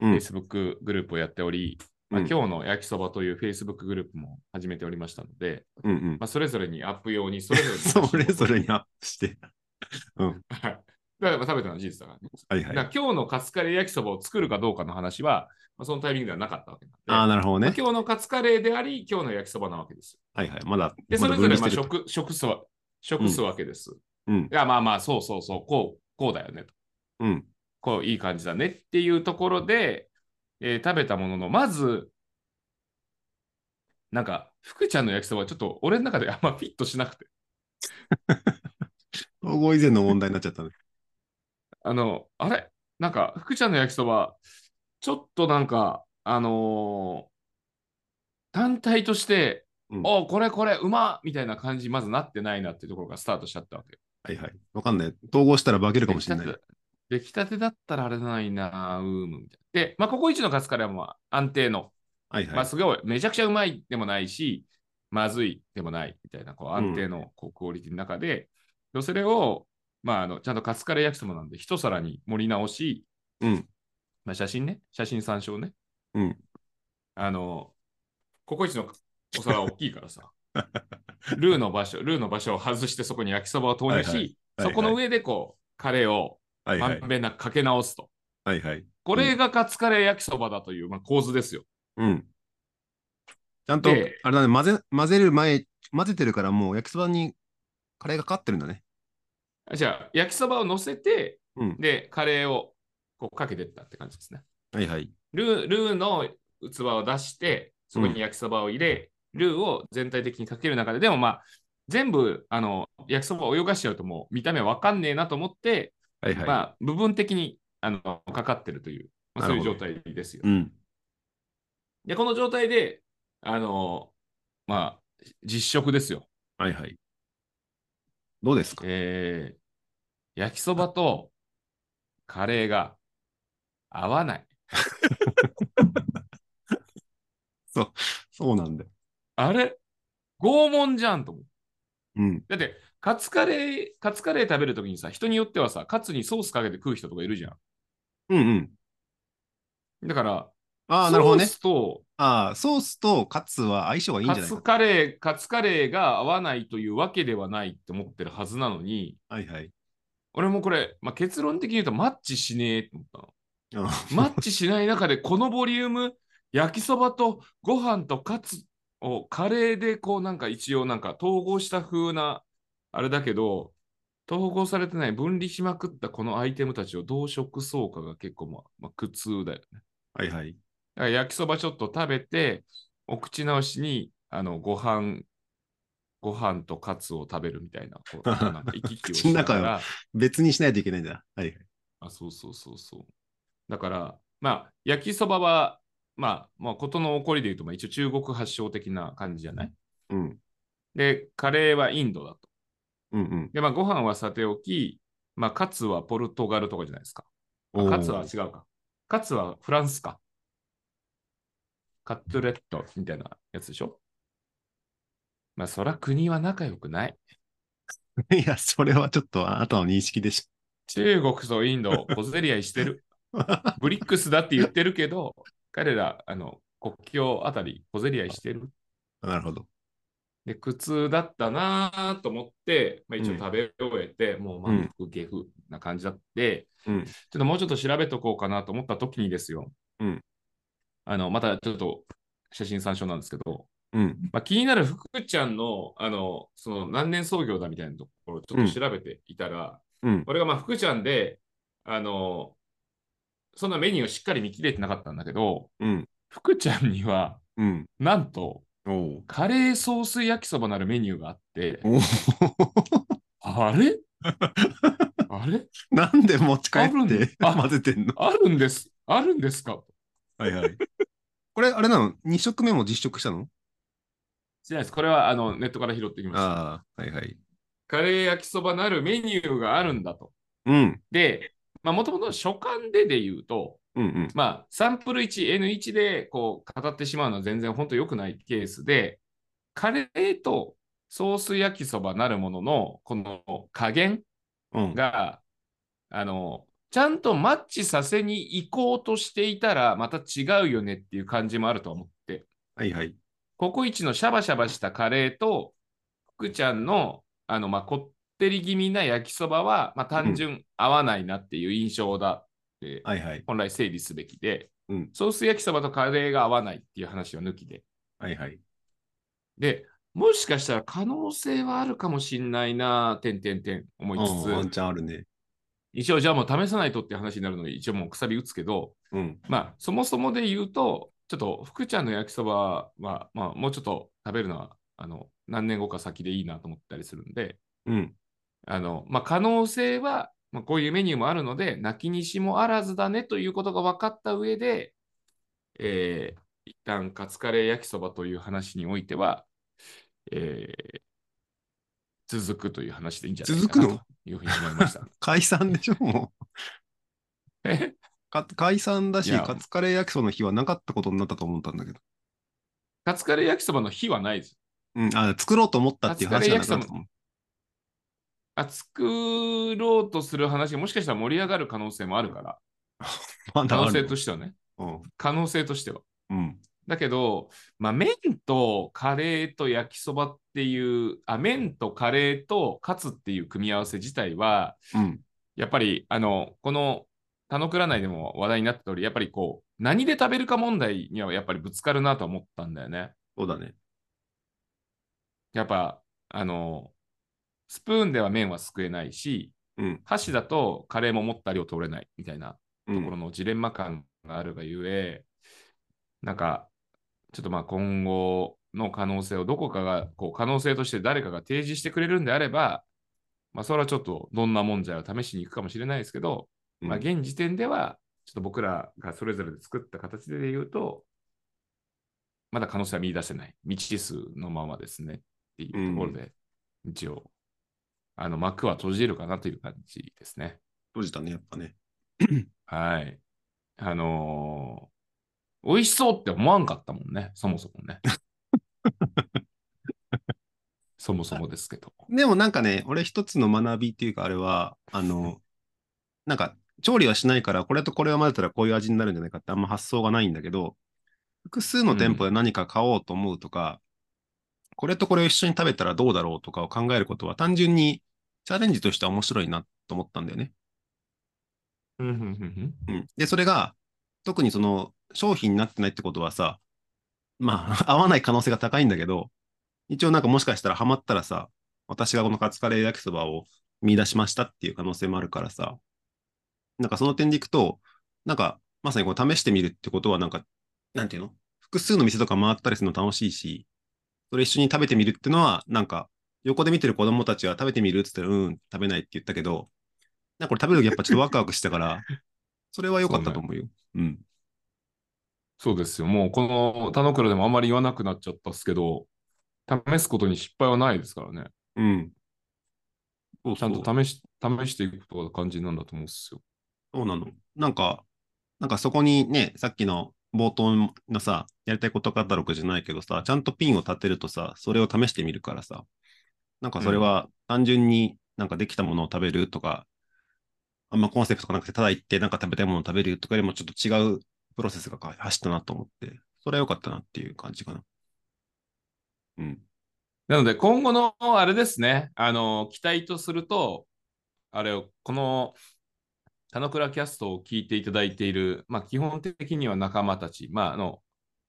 Speaker 3: うん
Speaker 1: Facebook グループをやっており、まあ、
Speaker 3: うん
Speaker 1: 今日の焼きそばという Facebook グループも始めておりましたので、
Speaker 3: うんうん。
Speaker 1: まあ、それぞれにアップ用に、それぞれに
Speaker 3: それぞれにアップして。
Speaker 1: はい。だからまあ食べたのは事実だからね。
Speaker 3: はい
Speaker 1: だ
Speaker 3: は
Speaker 1: か
Speaker 3: い。
Speaker 1: ら今日のカツカレー焼きそばを作るかどうかの話は、まあ、そのタイミングではなかったわけなんで、
Speaker 3: ああ、なるほど
Speaker 1: まあ
Speaker 3: ね。
Speaker 1: 今日のカツカレーであり、今日の焼きそばなわけですよ。
Speaker 3: はいはい。まだ。
Speaker 1: で、そ
Speaker 3: まだ
Speaker 1: れぞれ
Speaker 3: 分類し
Speaker 1: まあ
Speaker 3: てる
Speaker 1: 食、食すわ、食すわけです。
Speaker 3: うん
Speaker 1: いや、まあまあ、そうそうそう、こう、こうだよねと。
Speaker 3: うん。
Speaker 1: こう、いい感じだねっていうところで、えー食べたものの、まず、なんか、福ちゃんの焼きそばはちょっと俺の中であんまフィットしなくて、
Speaker 3: 統合以前の問題になっちゃったね。
Speaker 1: あの、あれなんか、福ちゃんの焼きそば、ちょっとなんか、あのー単体として、
Speaker 3: うん
Speaker 1: おうこれこれ、うまっみたいな感じにまずなってないなっていうところがスタートしちゃったわけ。
Speaker 3: はいはい。わかんない。統合したら化けるかもしれない。
Speaker 1: 出来たて出来たてだったらあれないな、うーむみたいな。で、まあ、ここ一のカツカレーはもう安定の、
Speaker 3: はい
Speaker 1: ま
Speaker 3: は
Speaker 1: あ、
Speaker 3: い。
Speaker 1: すごい、めちゃくちゃうまいでもないし、まずいでもないみたいな、こう安定のこうクオリティの中で、でそれを、まあ、あのちゃんとカツカレー焼きそばなんで、一皿に盛り直し、
Speaker 3: うん。
Speaker 1: まあ、写真ね、写真参照ね、
Speaker 3: うん。
Speaker 1: あの、ココイチのお皿大きいから さ。ルーの場所、ルーの場所を外してそこに焼きそばを投入し、
Speaker 3: はいは
Speaker 1: そこの上でこう、カレーを
Speaker 3: はいは
Speaker 1: ま
Speaker 3: い
Speaker 1: ん。べんなくかけ直すと。
Speaker 3: はいはい。
Speaker 1: これがカツカレー焼きそばだという、まあ、構図ですよ。
Speaker 3: うん。ちゃんと、あ
Speaker 1: で
Speaker 3: れだね、混ぜ、混ぜる前、混ぜてるからもう焼きそばにカレーがかかってるんだね。
Speaker 1: じゃあ、焼きそばを乗せて、
Speaker 3: うん。
Speaker 1: で、カレーをこうかけてったって感じですね。
Speaker 3: はいはい。
Speaker 1: ルールーの器を出して、そこに焼きそばを入れ、ルーを全体的にかける中で、でもまあ、全部あの焼きそばを泳がしちゃうともう見た目わかんねえなと思って、
Speaker 3: はいはい。
Speaker 1: まあ、部分的にあのかかってるという、まあ、そ
Speaker 3: な
Speaker 1: うい
Speaker 3: る
Speaker 1: う
Speaker 3: ほど
Speaker 1: 状態ですよ。
Speaker 3: うん。
Speaker 1: で、この状態で、あの、まあ、実食ですよ。
Speaker 3: はいはい。どうですか
Speaker 1: えー、焼きそばとカレーが合わない。
Speaker 3: そうなんだよ。
Speaker 1: あれ拷問じゃんと思う。
Speaker 3: うん。
Speaker 1: だって、カツカレー、カツカレー食べるときにさ、人によってはさ、カツにソースかけて食う人とかいるじゃ
Speaker 3: うんうん。
Speaker 1: ん。だから、
Speaker 3: ああ、なるほどね
Speaker 1: ソー。スと
Speaker 3: ああ、ソースとカツは相性がいいん
Speaker 1: カ
Speaker 3: じゃない
Speaker 1: ツ
Speaker 3: か。
Speaker 1: カレー、カツカレーが合わないというわけではないって思ってるはずなのに、
Speaker 3: はいはい。
Speaker 1: 俺もこれ、まあ、結論的に言うとマッチしねえって思ったの。
Speaker 3: あ
Speaker 1: マッチしない中でこのボリューム焼きそばとご飯とカツをカレーでこうなんか一応なんか統合した風なあれだけど統合されてない分離しまくったこのアイテムたちをどう食そうかが結構まあ、まあ、苦痛だよね。
Speaker 3: はいは
Speaker 1: だ
Speaker 3: い。
Speaker 1: から焼きそばちょっと食べてお口直しにあのご飯ご飯とカツを食べるみたいなこうなんか行き来をしなが
Speaker 3: 口の中
Speaker 1: ら。
Speaker 3: 別にしないといけないんだ。はいはい。
Speaker 1: あ、そうそうそうそう。だから、まあ、焼きそばは、まあ、まあ、ことの起こりで言うと、まあ、一応中国発祥的な感じじゃない
Speaker 3: うん。
Speaker 1: で、カレーはインドだと。
Speaker 3: うんうん。
Speaker 1: で、まあ、ご飯はさておき、まあ、カツはポルトガルとかじゃないですか。あ
Speaker 3: おー
Speaker 1: カツは違うか。カツはフランスか。カツレットみたいなやつでしょまあ、そら国は仲良くない。
Speaker 3: いや、それはちょっとあなたの認識でし
Speaker 1: 中国とインドを小競り合いしてる。 ブリックスだって言ってるけど、彼ら、あの、国境あたり小競り合いしてる。
Speaker 3: ょ。なるほど。
Speaker 1: で、苦痛だったなぁと思って、まあ、一
Speaker 3: う
Speaker 1: 応
Speaker 3: ん
Speaker 1: 食べ終えて、もう満腹下腹な感じだって、
Speaker 3: うん
Speaker 1: ちょっともうちょっと調べとこうかなと思った時にですよ。
Speaker 3: うん
Speaker 1: あの、またちょっと写真参照なんですけど、
Speaker 3: うん。
Speaker 1: まあ、気になる福ちゃんの、あの、その何年創業だみたいなところをちょっと調べていたら、
Speaker 3: うん。
Speaker 1: 俺がまあ福ちゃんで、あのそんなメニューをしっかり見切れてなかったんだけど、
Speaker 3: うん。
Speaker 1: 福ちゃんには、
Speaker 3: うん。
Speaker 1: なんと、
Speaker 3: おお。
Speaker 1: カレーソース焼きそばなるメニューがあって、
Speaker 3: おお。
Speaker 1: あれあれ
Speaker 3: なんで持ち帰
Speaker 1: ある
Speaker 3: っ
Speaker 1: ん
Speaker 3: て
Speaker 1: あ
Speaker 3: 混ぜてんの
Speaker 1: あるんです。あるんですか
Speaker 3: はいはい。これ、あれなの ?2 食目も実食したの
Speaker 1: じゃないです。これはあのネットから拾ってきました。
Speaker 3: ああ、はいはい。
Speaker 1: カレー焼きそばなるメニューがあるんだと。
Speaker 3: うん。
Speaker 1: で、もともと書簡でで言うと、
Speaker 3: うんうん。
Speaker 1: まあ、サンプル1、N1 でこう語ってしまうのは全然本当良くないケースで、カレーとソース焼きそばなるものの、この加減
Speaker 3: うん。
Speaker 1: が、あの、ちゃんとマッチさせに行こうとしていたら、また違うよねっていう感じもあると思って、
Speaker 3: はいはい。
Speaker 1: ココイチのシャバシャバしたカレーと、福ちゃんの、あの、まあ、こってり気味な焼きそばは、まあ、単純合わないなっていう印象だって
Speaker 3: はいはい。
Speaker 1: 本来整理すべきで、
Speaker 3: うん
Speaker 1: ソース焼きそばとカレーが合わないっていう話は抜きで。
Speaker 3: はいはい。
Speaker 1: で、もしかしたら可能性はあるかもしんないな、てんてんてん思い
Speaker 3: うんワン
Speaker 1: つつ、
Speaker 3: チャンあるね。
Speaker 1: 一応じゃあもう試さないとっていう話になるので、一応もう鎖打つけど、
Speaker 3: うん。
Speaker 1: まあそもそもで言うと、ちょっと福ちゃんの焼きそばは、まあもうちょっと食べるのは、あの、何年後か先でいいなと思ったりするんで、
Speaker 3: うん。
Speaker 1: あの、まあ可能性は、まあ、こういうメニューもあるので、泣きにしもあらずだねということが分かった上で、えー一旦カツカレー焼きそばという話においては、えー続くという話でいいんじゃないかな
Speaker 3: 続くの
Speaker 1: というふうに思いました。
Speaker 3: 解散でしょ もう。
Speaker 1: え
Speaker 3: か解散だし
Speaker 1: い、や
Speaker 3: カツカレー焼きそばの日はなかったことになったと思ったんだけど。
Speaker 1: カツカレー焼きそばの日はないです。
Speaker 3: うん。あ、作ろうと思ったっていう話じゃなかったと思う。
Speaker 1: あ作ろうとする話がもしかしたら盛り上がる可能性もあるから、可
Speaker 3: まだあ
Speaker 1: 能性
Speaker 3: る
Speaker 1: としてはね、
Speaker 3: の。
Speaker 1: 可能性としては。
Speaker 3: うん。うん。
Speaker 1: だけど、まあ、麺とカレーと焼きそばっていう、あ、麺とカレーとカツっていう組み合わせ自体は、
Speaker 3: うん。
Speaker 1: やっぱり、あの、この、田野倉内でも話題になった通り、やっぱりこう、何で食べるか問題にはやっぱりぶつかるなとは思ったんだよね。
Speaker 3: そうだね。
Speaker 1: やっぱ、あの、スプーンでは麺はすくえないし、
Speaker 3: うん。
Speaker 1: 箸だとカレーも持った量取れないみたいな
Speaker 3: う
Speaker 1: ところ
Speaker 3: ん。
Speaker 1: のジレンマ感があるがゆえ、なんか、ちょっとまあ今後の可能性をどこかが、こう可能性として誰かが提示してくれるんであれば、まあそれはちょっとどんなもんじゃ試しに行くかもしれないですけど、
Speaker 3: うん
Speaker 1: まあ現時点では、ちょっと僕らがそれぞれで作った形で言うと、まだ可能性は見出せない。未知数のままですね。っていうところで、一応、あの幕は閉じるかなという感じですね。
Speaker 3: 閉じたね、やっぱね。
Speaker 1: はい。あのー美味しそうって思わんかったもんね、そもそも ね。そもそもですけど。
Speaker 3: でもなんかね、俺一つの学びっていうか、あれは、あ の、なんか、調理はしないから、これとこれを混ぜたらこういう味になるんじゃないかってあんま発想がないんだけど、複数の店舗で何か買おうと思うとか、これとこれを一緒に食べたらどうだろうとかを考えることは単純にチャレンジとしては面白いなと思ったんだよね。
Speaker 1: うんうんうん
Speaker 3: うん、で、それが、特にその商品になってないってことはさ、まあ、 合わない可能性が高いんだけど、一応なんかもしかしたらハマったらさ、私がこのカツカレー焼きそばを見出しましたっていう可能性もあるからさ、なんかその点でいくと、なんかまさにこう試してみるってことはなんか、なんていうの複数の店とか回ったりするの楽しいし、それ一緒に食べてみるってのは、なんか横で見てる子供たちは食べてみるって言ったら、うん、食べないって言ったけど、なんかこれ食べるときやっぱちょっとワクワクしたから、それは良かったと思うよ。うん。
Speaker 1: そうですよ。もうこの田之倉でもあんまり言わなくなっちゃったっすけど、試すことに失敗はないですからね。
Speaker 3: うん。そう
Speaker 1: ちゃん
Speaker 3: そう
Speaker 1: と試し試していくことが肝心なんだと思うんですよ。
Speaker 3: そうなの。なんか、なんかそこにね、さっきの冒頭のさ、やりたいことカタログじゃないけどさ、ちゃんとピンを立てるとさ、それを試してみるからさ、なんかそれは単純になんかできたものを食べるとか、あんまコンセプトがなくて、ただ行ってなんか食べたいものを食べるとかよりもちょっと違うプロセスが走ったなと思って、それは良かったなっていう感じかな。うん。
Speaker 1: なので、今後のあれですね、あの期待とすると、あれを、この田之倉キャストを聞いていただいている、まあ、基本的には仲間たち、まああの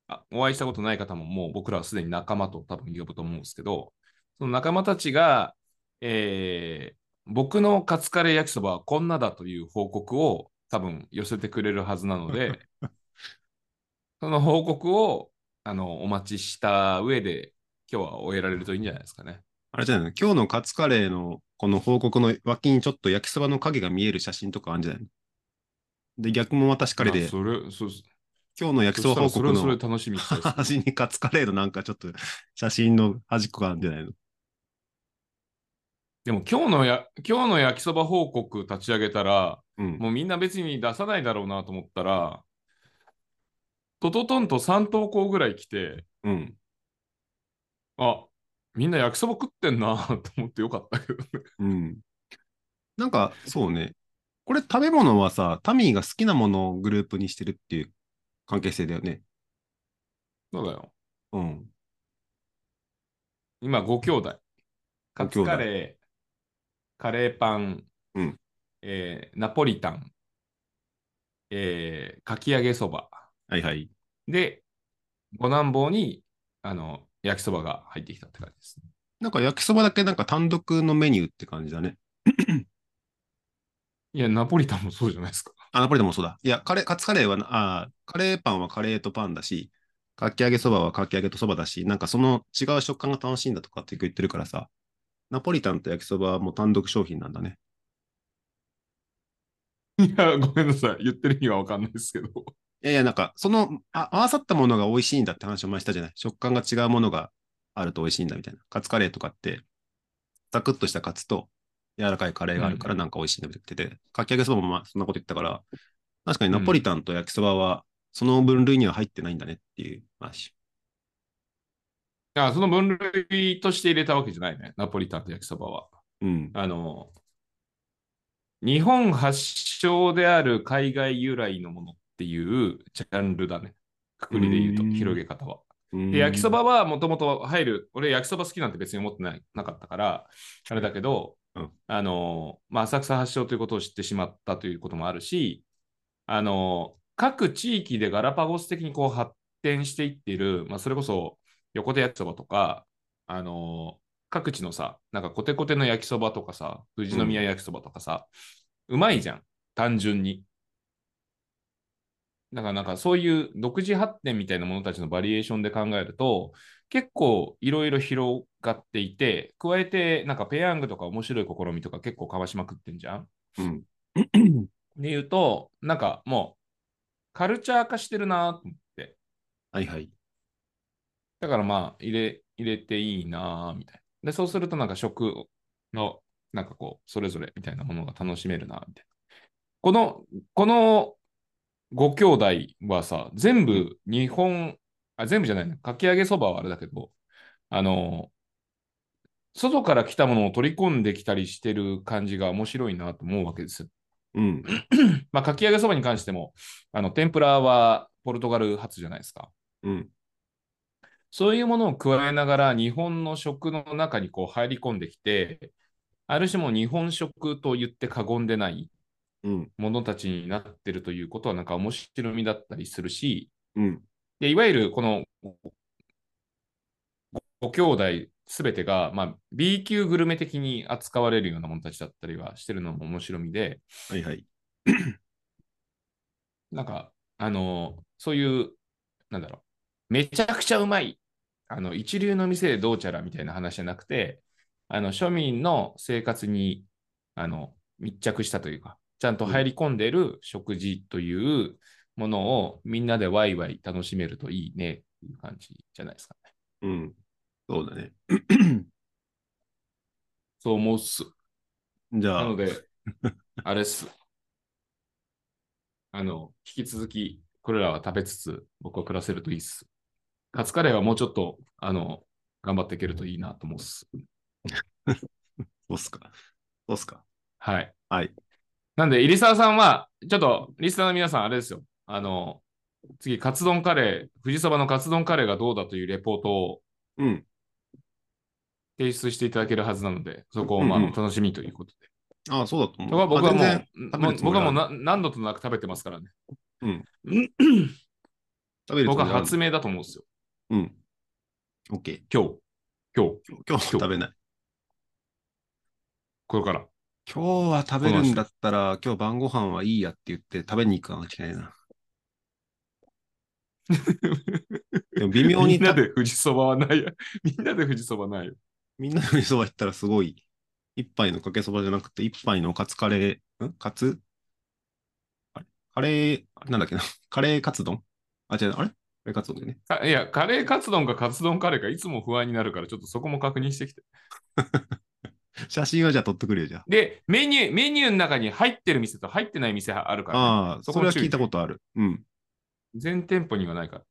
Speaker 1: あ、お会いしたことない方ももう僕らはすでに仲間と多分呼ぶと思うんですけど、その仲間たちが、えー僕のカツカレー焼きそばはこんなだという報告を多分寄せてくれるはずなので、その報告をあのお待ちした上で、今日は終えられるといいんじゃないですかね。
Speaker 3: あれじゃないの今日のカツカレーのこの報告の脇にちょっと焼きそばの影が見える写真とかあるんじゃないので、逆も私彼
Speaker 1: ま
Speaker 3: で
Speaker 1: あ、それ、そうそ
Speaker 3: 今日の焼きそば報
Speaker 1: したら
Speaker 3: 告
Speaker 1: それは
Speaker 3: の
Speaker 1: それ楽しみにしたいですね
Speaker 3: 端にカツカレーのなんかちょっと写真の端っこがあるんじゃないの
Speaker 1: でも今日のや、今日の焼きそば報告立ち上げたら、
Speaker 3: うん。
Speaker 1: もうみんな別に出さないだろうなと思ったら、トトトンと3投稿ぐらい来て、
Speaker 3: うん。
Speaker 1: あみんな焼きそば食ってんなと思ってよかったけどね。
Speaker 3: うん。なんか、そうね。これ食べ物はさ、タミーが好きなものをグループにしてるっていう関係性だよね。
Speaker 1: そうだよ。
Speaker 3: うん。
Speaker 1: 今、5兄弟。カツカレー、カレーパン、
Speaker 3: うん
Speaker 1: えーナポリタン、えーかき揚げそば。
Speaker 3: はいはい。
Speaker 1: で、五男坊に、あの、焼きそばが入ってきたって感じですね。
Speaker 3: なんか焼きそばだけなんか単独のメニューって感じだね。
Speaker 1: いや、ナポリタンもそうじゃないですか。
Speaker 3: あ、ナポリタンもそうだ。いや、カレー、カツカレーはな、あー、カレーパンはカレーとパンだし、かき揚げそばはかき揚げとそばだし、なんかその違う食感が楽しいんだとかって言ってるからさ、ナポリタンと焼きそばはもう単独商品なんだね。
Speaker 1: いや、ごめんなさい。言ってる意味はわかんないですけど。
Speaker 3: いやいや、なんかそのあ合わさったものが美味しいんだって話を前にしたじゃない。食感が違うものがあると美味しいんだみたいな。カツカレーとかって、ザクッとしたカツと柔らかいカレーがあるからなんか美味しいんだみたいな言ってて、かき揚げそばもまあそんなこと言ったから、確かにナポリタンと焼きそばはその分類には入ってないんだねっていう話。
Speaker 1: あその分類として入れたわけじゃないね。ナポリタンと焼きそばは。
Speaker 3: うん。
Speaker 1: あの、日本発祥である海外由来のものっていうジャンルだね。くくりで言うと、
Speaker 3: うん
Speaker 1: 広げ方は。
Speaker 3: で
Speaker 1: で焼きそばはもともと入る、俺焼きそば好きなんて別に思ってないなかったから、あれだけど、
Speaker 3: うん
Speaker 1: あのまあ、浅草発祥ということを知ってしまったということもあるし、あの各地域でガラパゴス的にこう発展していっている、まあ、それこそ横手焼きそばとか、あの各地のさ、なんかコテコテの焼きそばとかさ、富士宮焼きそばとかさ、うまいじゃん、単純に。だからなんかそういう独自発展みたいなものたちのバリエーションで考えると、結構いろいろ広がっていて、加えてなんかペヤングとか面白い試みとか結構かわしまくってんじゃん
Speaker 3: うん。
Speaker 1: で言うと、なんかもうカルチャー化してるなと思って。
Speaker 3: はいはい。
Speaker 1: だからまあ入れ入れていいなみたいな。で、そうするとなんか食のなんかこうそれぞれみたいなものが楽しめるなみたいな。この、このご兄弟はさ、全部日本、あ、全部じゃないな。かき揚げそばはあれだけど、あの、外から来たものを取り込んできたりしてる感じが面白いなと思うわけですよ
Speaker 3: うん。
Speaker 1: まあ、かき揚げそばに関しても、あの天ぷらはポルトガル発じゃないですか。
Speaker 3: うん。
Speaker 1: そういうものを加えながら、日本の食の中にこう入り込んできて、ある種もう日本食と言って過言でない
Speaker 3: うん。
Speaker 1: ものたちになってるということは、なんか面白みだったりするし、
Speaker 3: うん。
Speaker 1: でいわゆるこのご兄弟すべてが、まあ、B 級グルメ的に扱われるようなものたちだったりはしてるのも面白みで、
Speaker 3: はいはい。
Speaker 1: なんか、あのそういう、なんだろう、めちゃくちゃうまい、あの一流の店でどうちゃらみたいな話じゃなくて、あの庶民の生活にあの密着したというか、ちゃんと入り込んでる食事というものをみんなでワイワイ楽しめるといいねっていう感じじゃないですかね。
Speaker 3: うん。そうだね。
Speaker 1: そう思うっす。
Speaker 3: じゃ
Speaker 1: な
Speaker 3: あ
Speaker 1: の、で、 あれっす。あの、引き続き、これらは食べつつ、僕は暮らせるといいっす。カツカレーはもうちょっと、あの、頑張っていけるといいなと思うっす。
Speaker 3: どうっすか。どうっすか。
Speaker 1: はい。
Speaker 3: はい。
Speaker 1: なんで、入澤さんは、ちょっと、リスナーの皆さん、あれですよ。あの、次、カツ丼カレー、富士そばのカツ丼カレーがどうだというレポートを
Speaker 3: うん。
Speaker 1: 提出していただけるはずなので、そこを、まあ、
Speaker 3: うんうん
Speaker 1: 楽しみということで。
Speaker 3: ああ、そうだと
Speaker 1: 僕は
Speaker 3: 思
Speaker 1: 僕は
Speaker 3: う。
Speaker 1: も
Speaker 3: あ全
Speaker 1: う、
Speaker 3: 然
Speaker 1: もう
Speaker 3: 食べるつも
Speaker 1: 僕
Speaker 3: り
Speaker 1: はも
Speaker 3: は
Speaker 1: うな何度となく食べてますからね。
Speaker 3: 然うん。食べるつもり
Speaker 1: 僕は
Speaker 3: はある
Speaker 1: 発明だと思うんですよ。
Speaker 3: うん。オッケー。
Speaker 1: 今日、今日、
Speaker 3: 今日は食べない。
Speaker 1: これから。
Speaker 3: 今日は食べるんだったら、今日晩ご飯はいいやって言って食べに行くかもしれないな。でも微妙
Speaker 1: み
Speaker 3: に
Speaker 1: んなで富士そばはないよ。 みんなで富士そばないよ。
Speaker 3: みんなの味噌は行ったらすごい、一杯のかけそばじゃなくて、一杯のカツカレー、んカツあれカレー、あれなんだっけな カレーカツ丼あ、違う、あれカレーカツ丼だよね。
Speaker 1: かいや、カレーカツ丼かカツ丼カレーかいつも不安になるから、ちょっとそこも確認してきて。
Speaker 3: 写真はじゃあ撮ってくれよ、じゃ
Speaker 1: で、メニュー、メニューの中に入ってる店と入ってない店ある
Speaker 3: あ。
Speaker 1: から、
Speaker 3: ああ、
Speaker 1: そ
Speaker 3: そ
Speaker 1: こ
Speaker 3: れ
Speaker 1: の
Speaker 3: は
Speaker 1: 注意
Speaker 3: 聞いたことある。うん。
Speaker 1: 全店舗にはないから。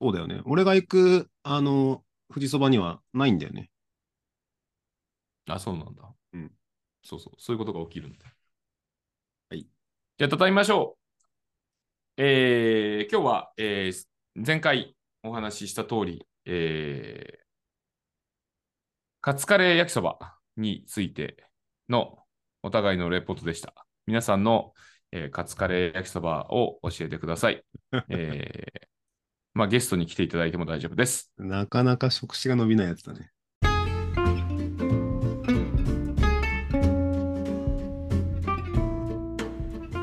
Speaker 3: そうだよね。俺が行く、あの、富士そばにはないんだよね。
Speaker 1: あ、そうなんだ。
Speaker 3: うん。
Speaker 1: そうそう、そういうことが起きるんだ。
Speaker 3: はい。
Speaker 1: じゃあ、畳みましょう。えー、今日は、えー前回お話しした通り、えー、カツカレー焼きそばについてのお互いのレポートでした。皆さんの、えーカツカレー焼きそばを教えてください。えー、まあ、ゲストに来ていただいても大丈夫です。
Speaker 3: なかなか食指が伸びないやつだね。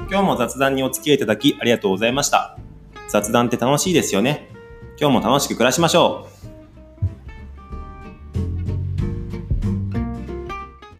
Speaker 2: 今日も雑談にお付き合いいただきありがとうございました。雑談って楽しいですよね。今日も楽しく暮らしましょう。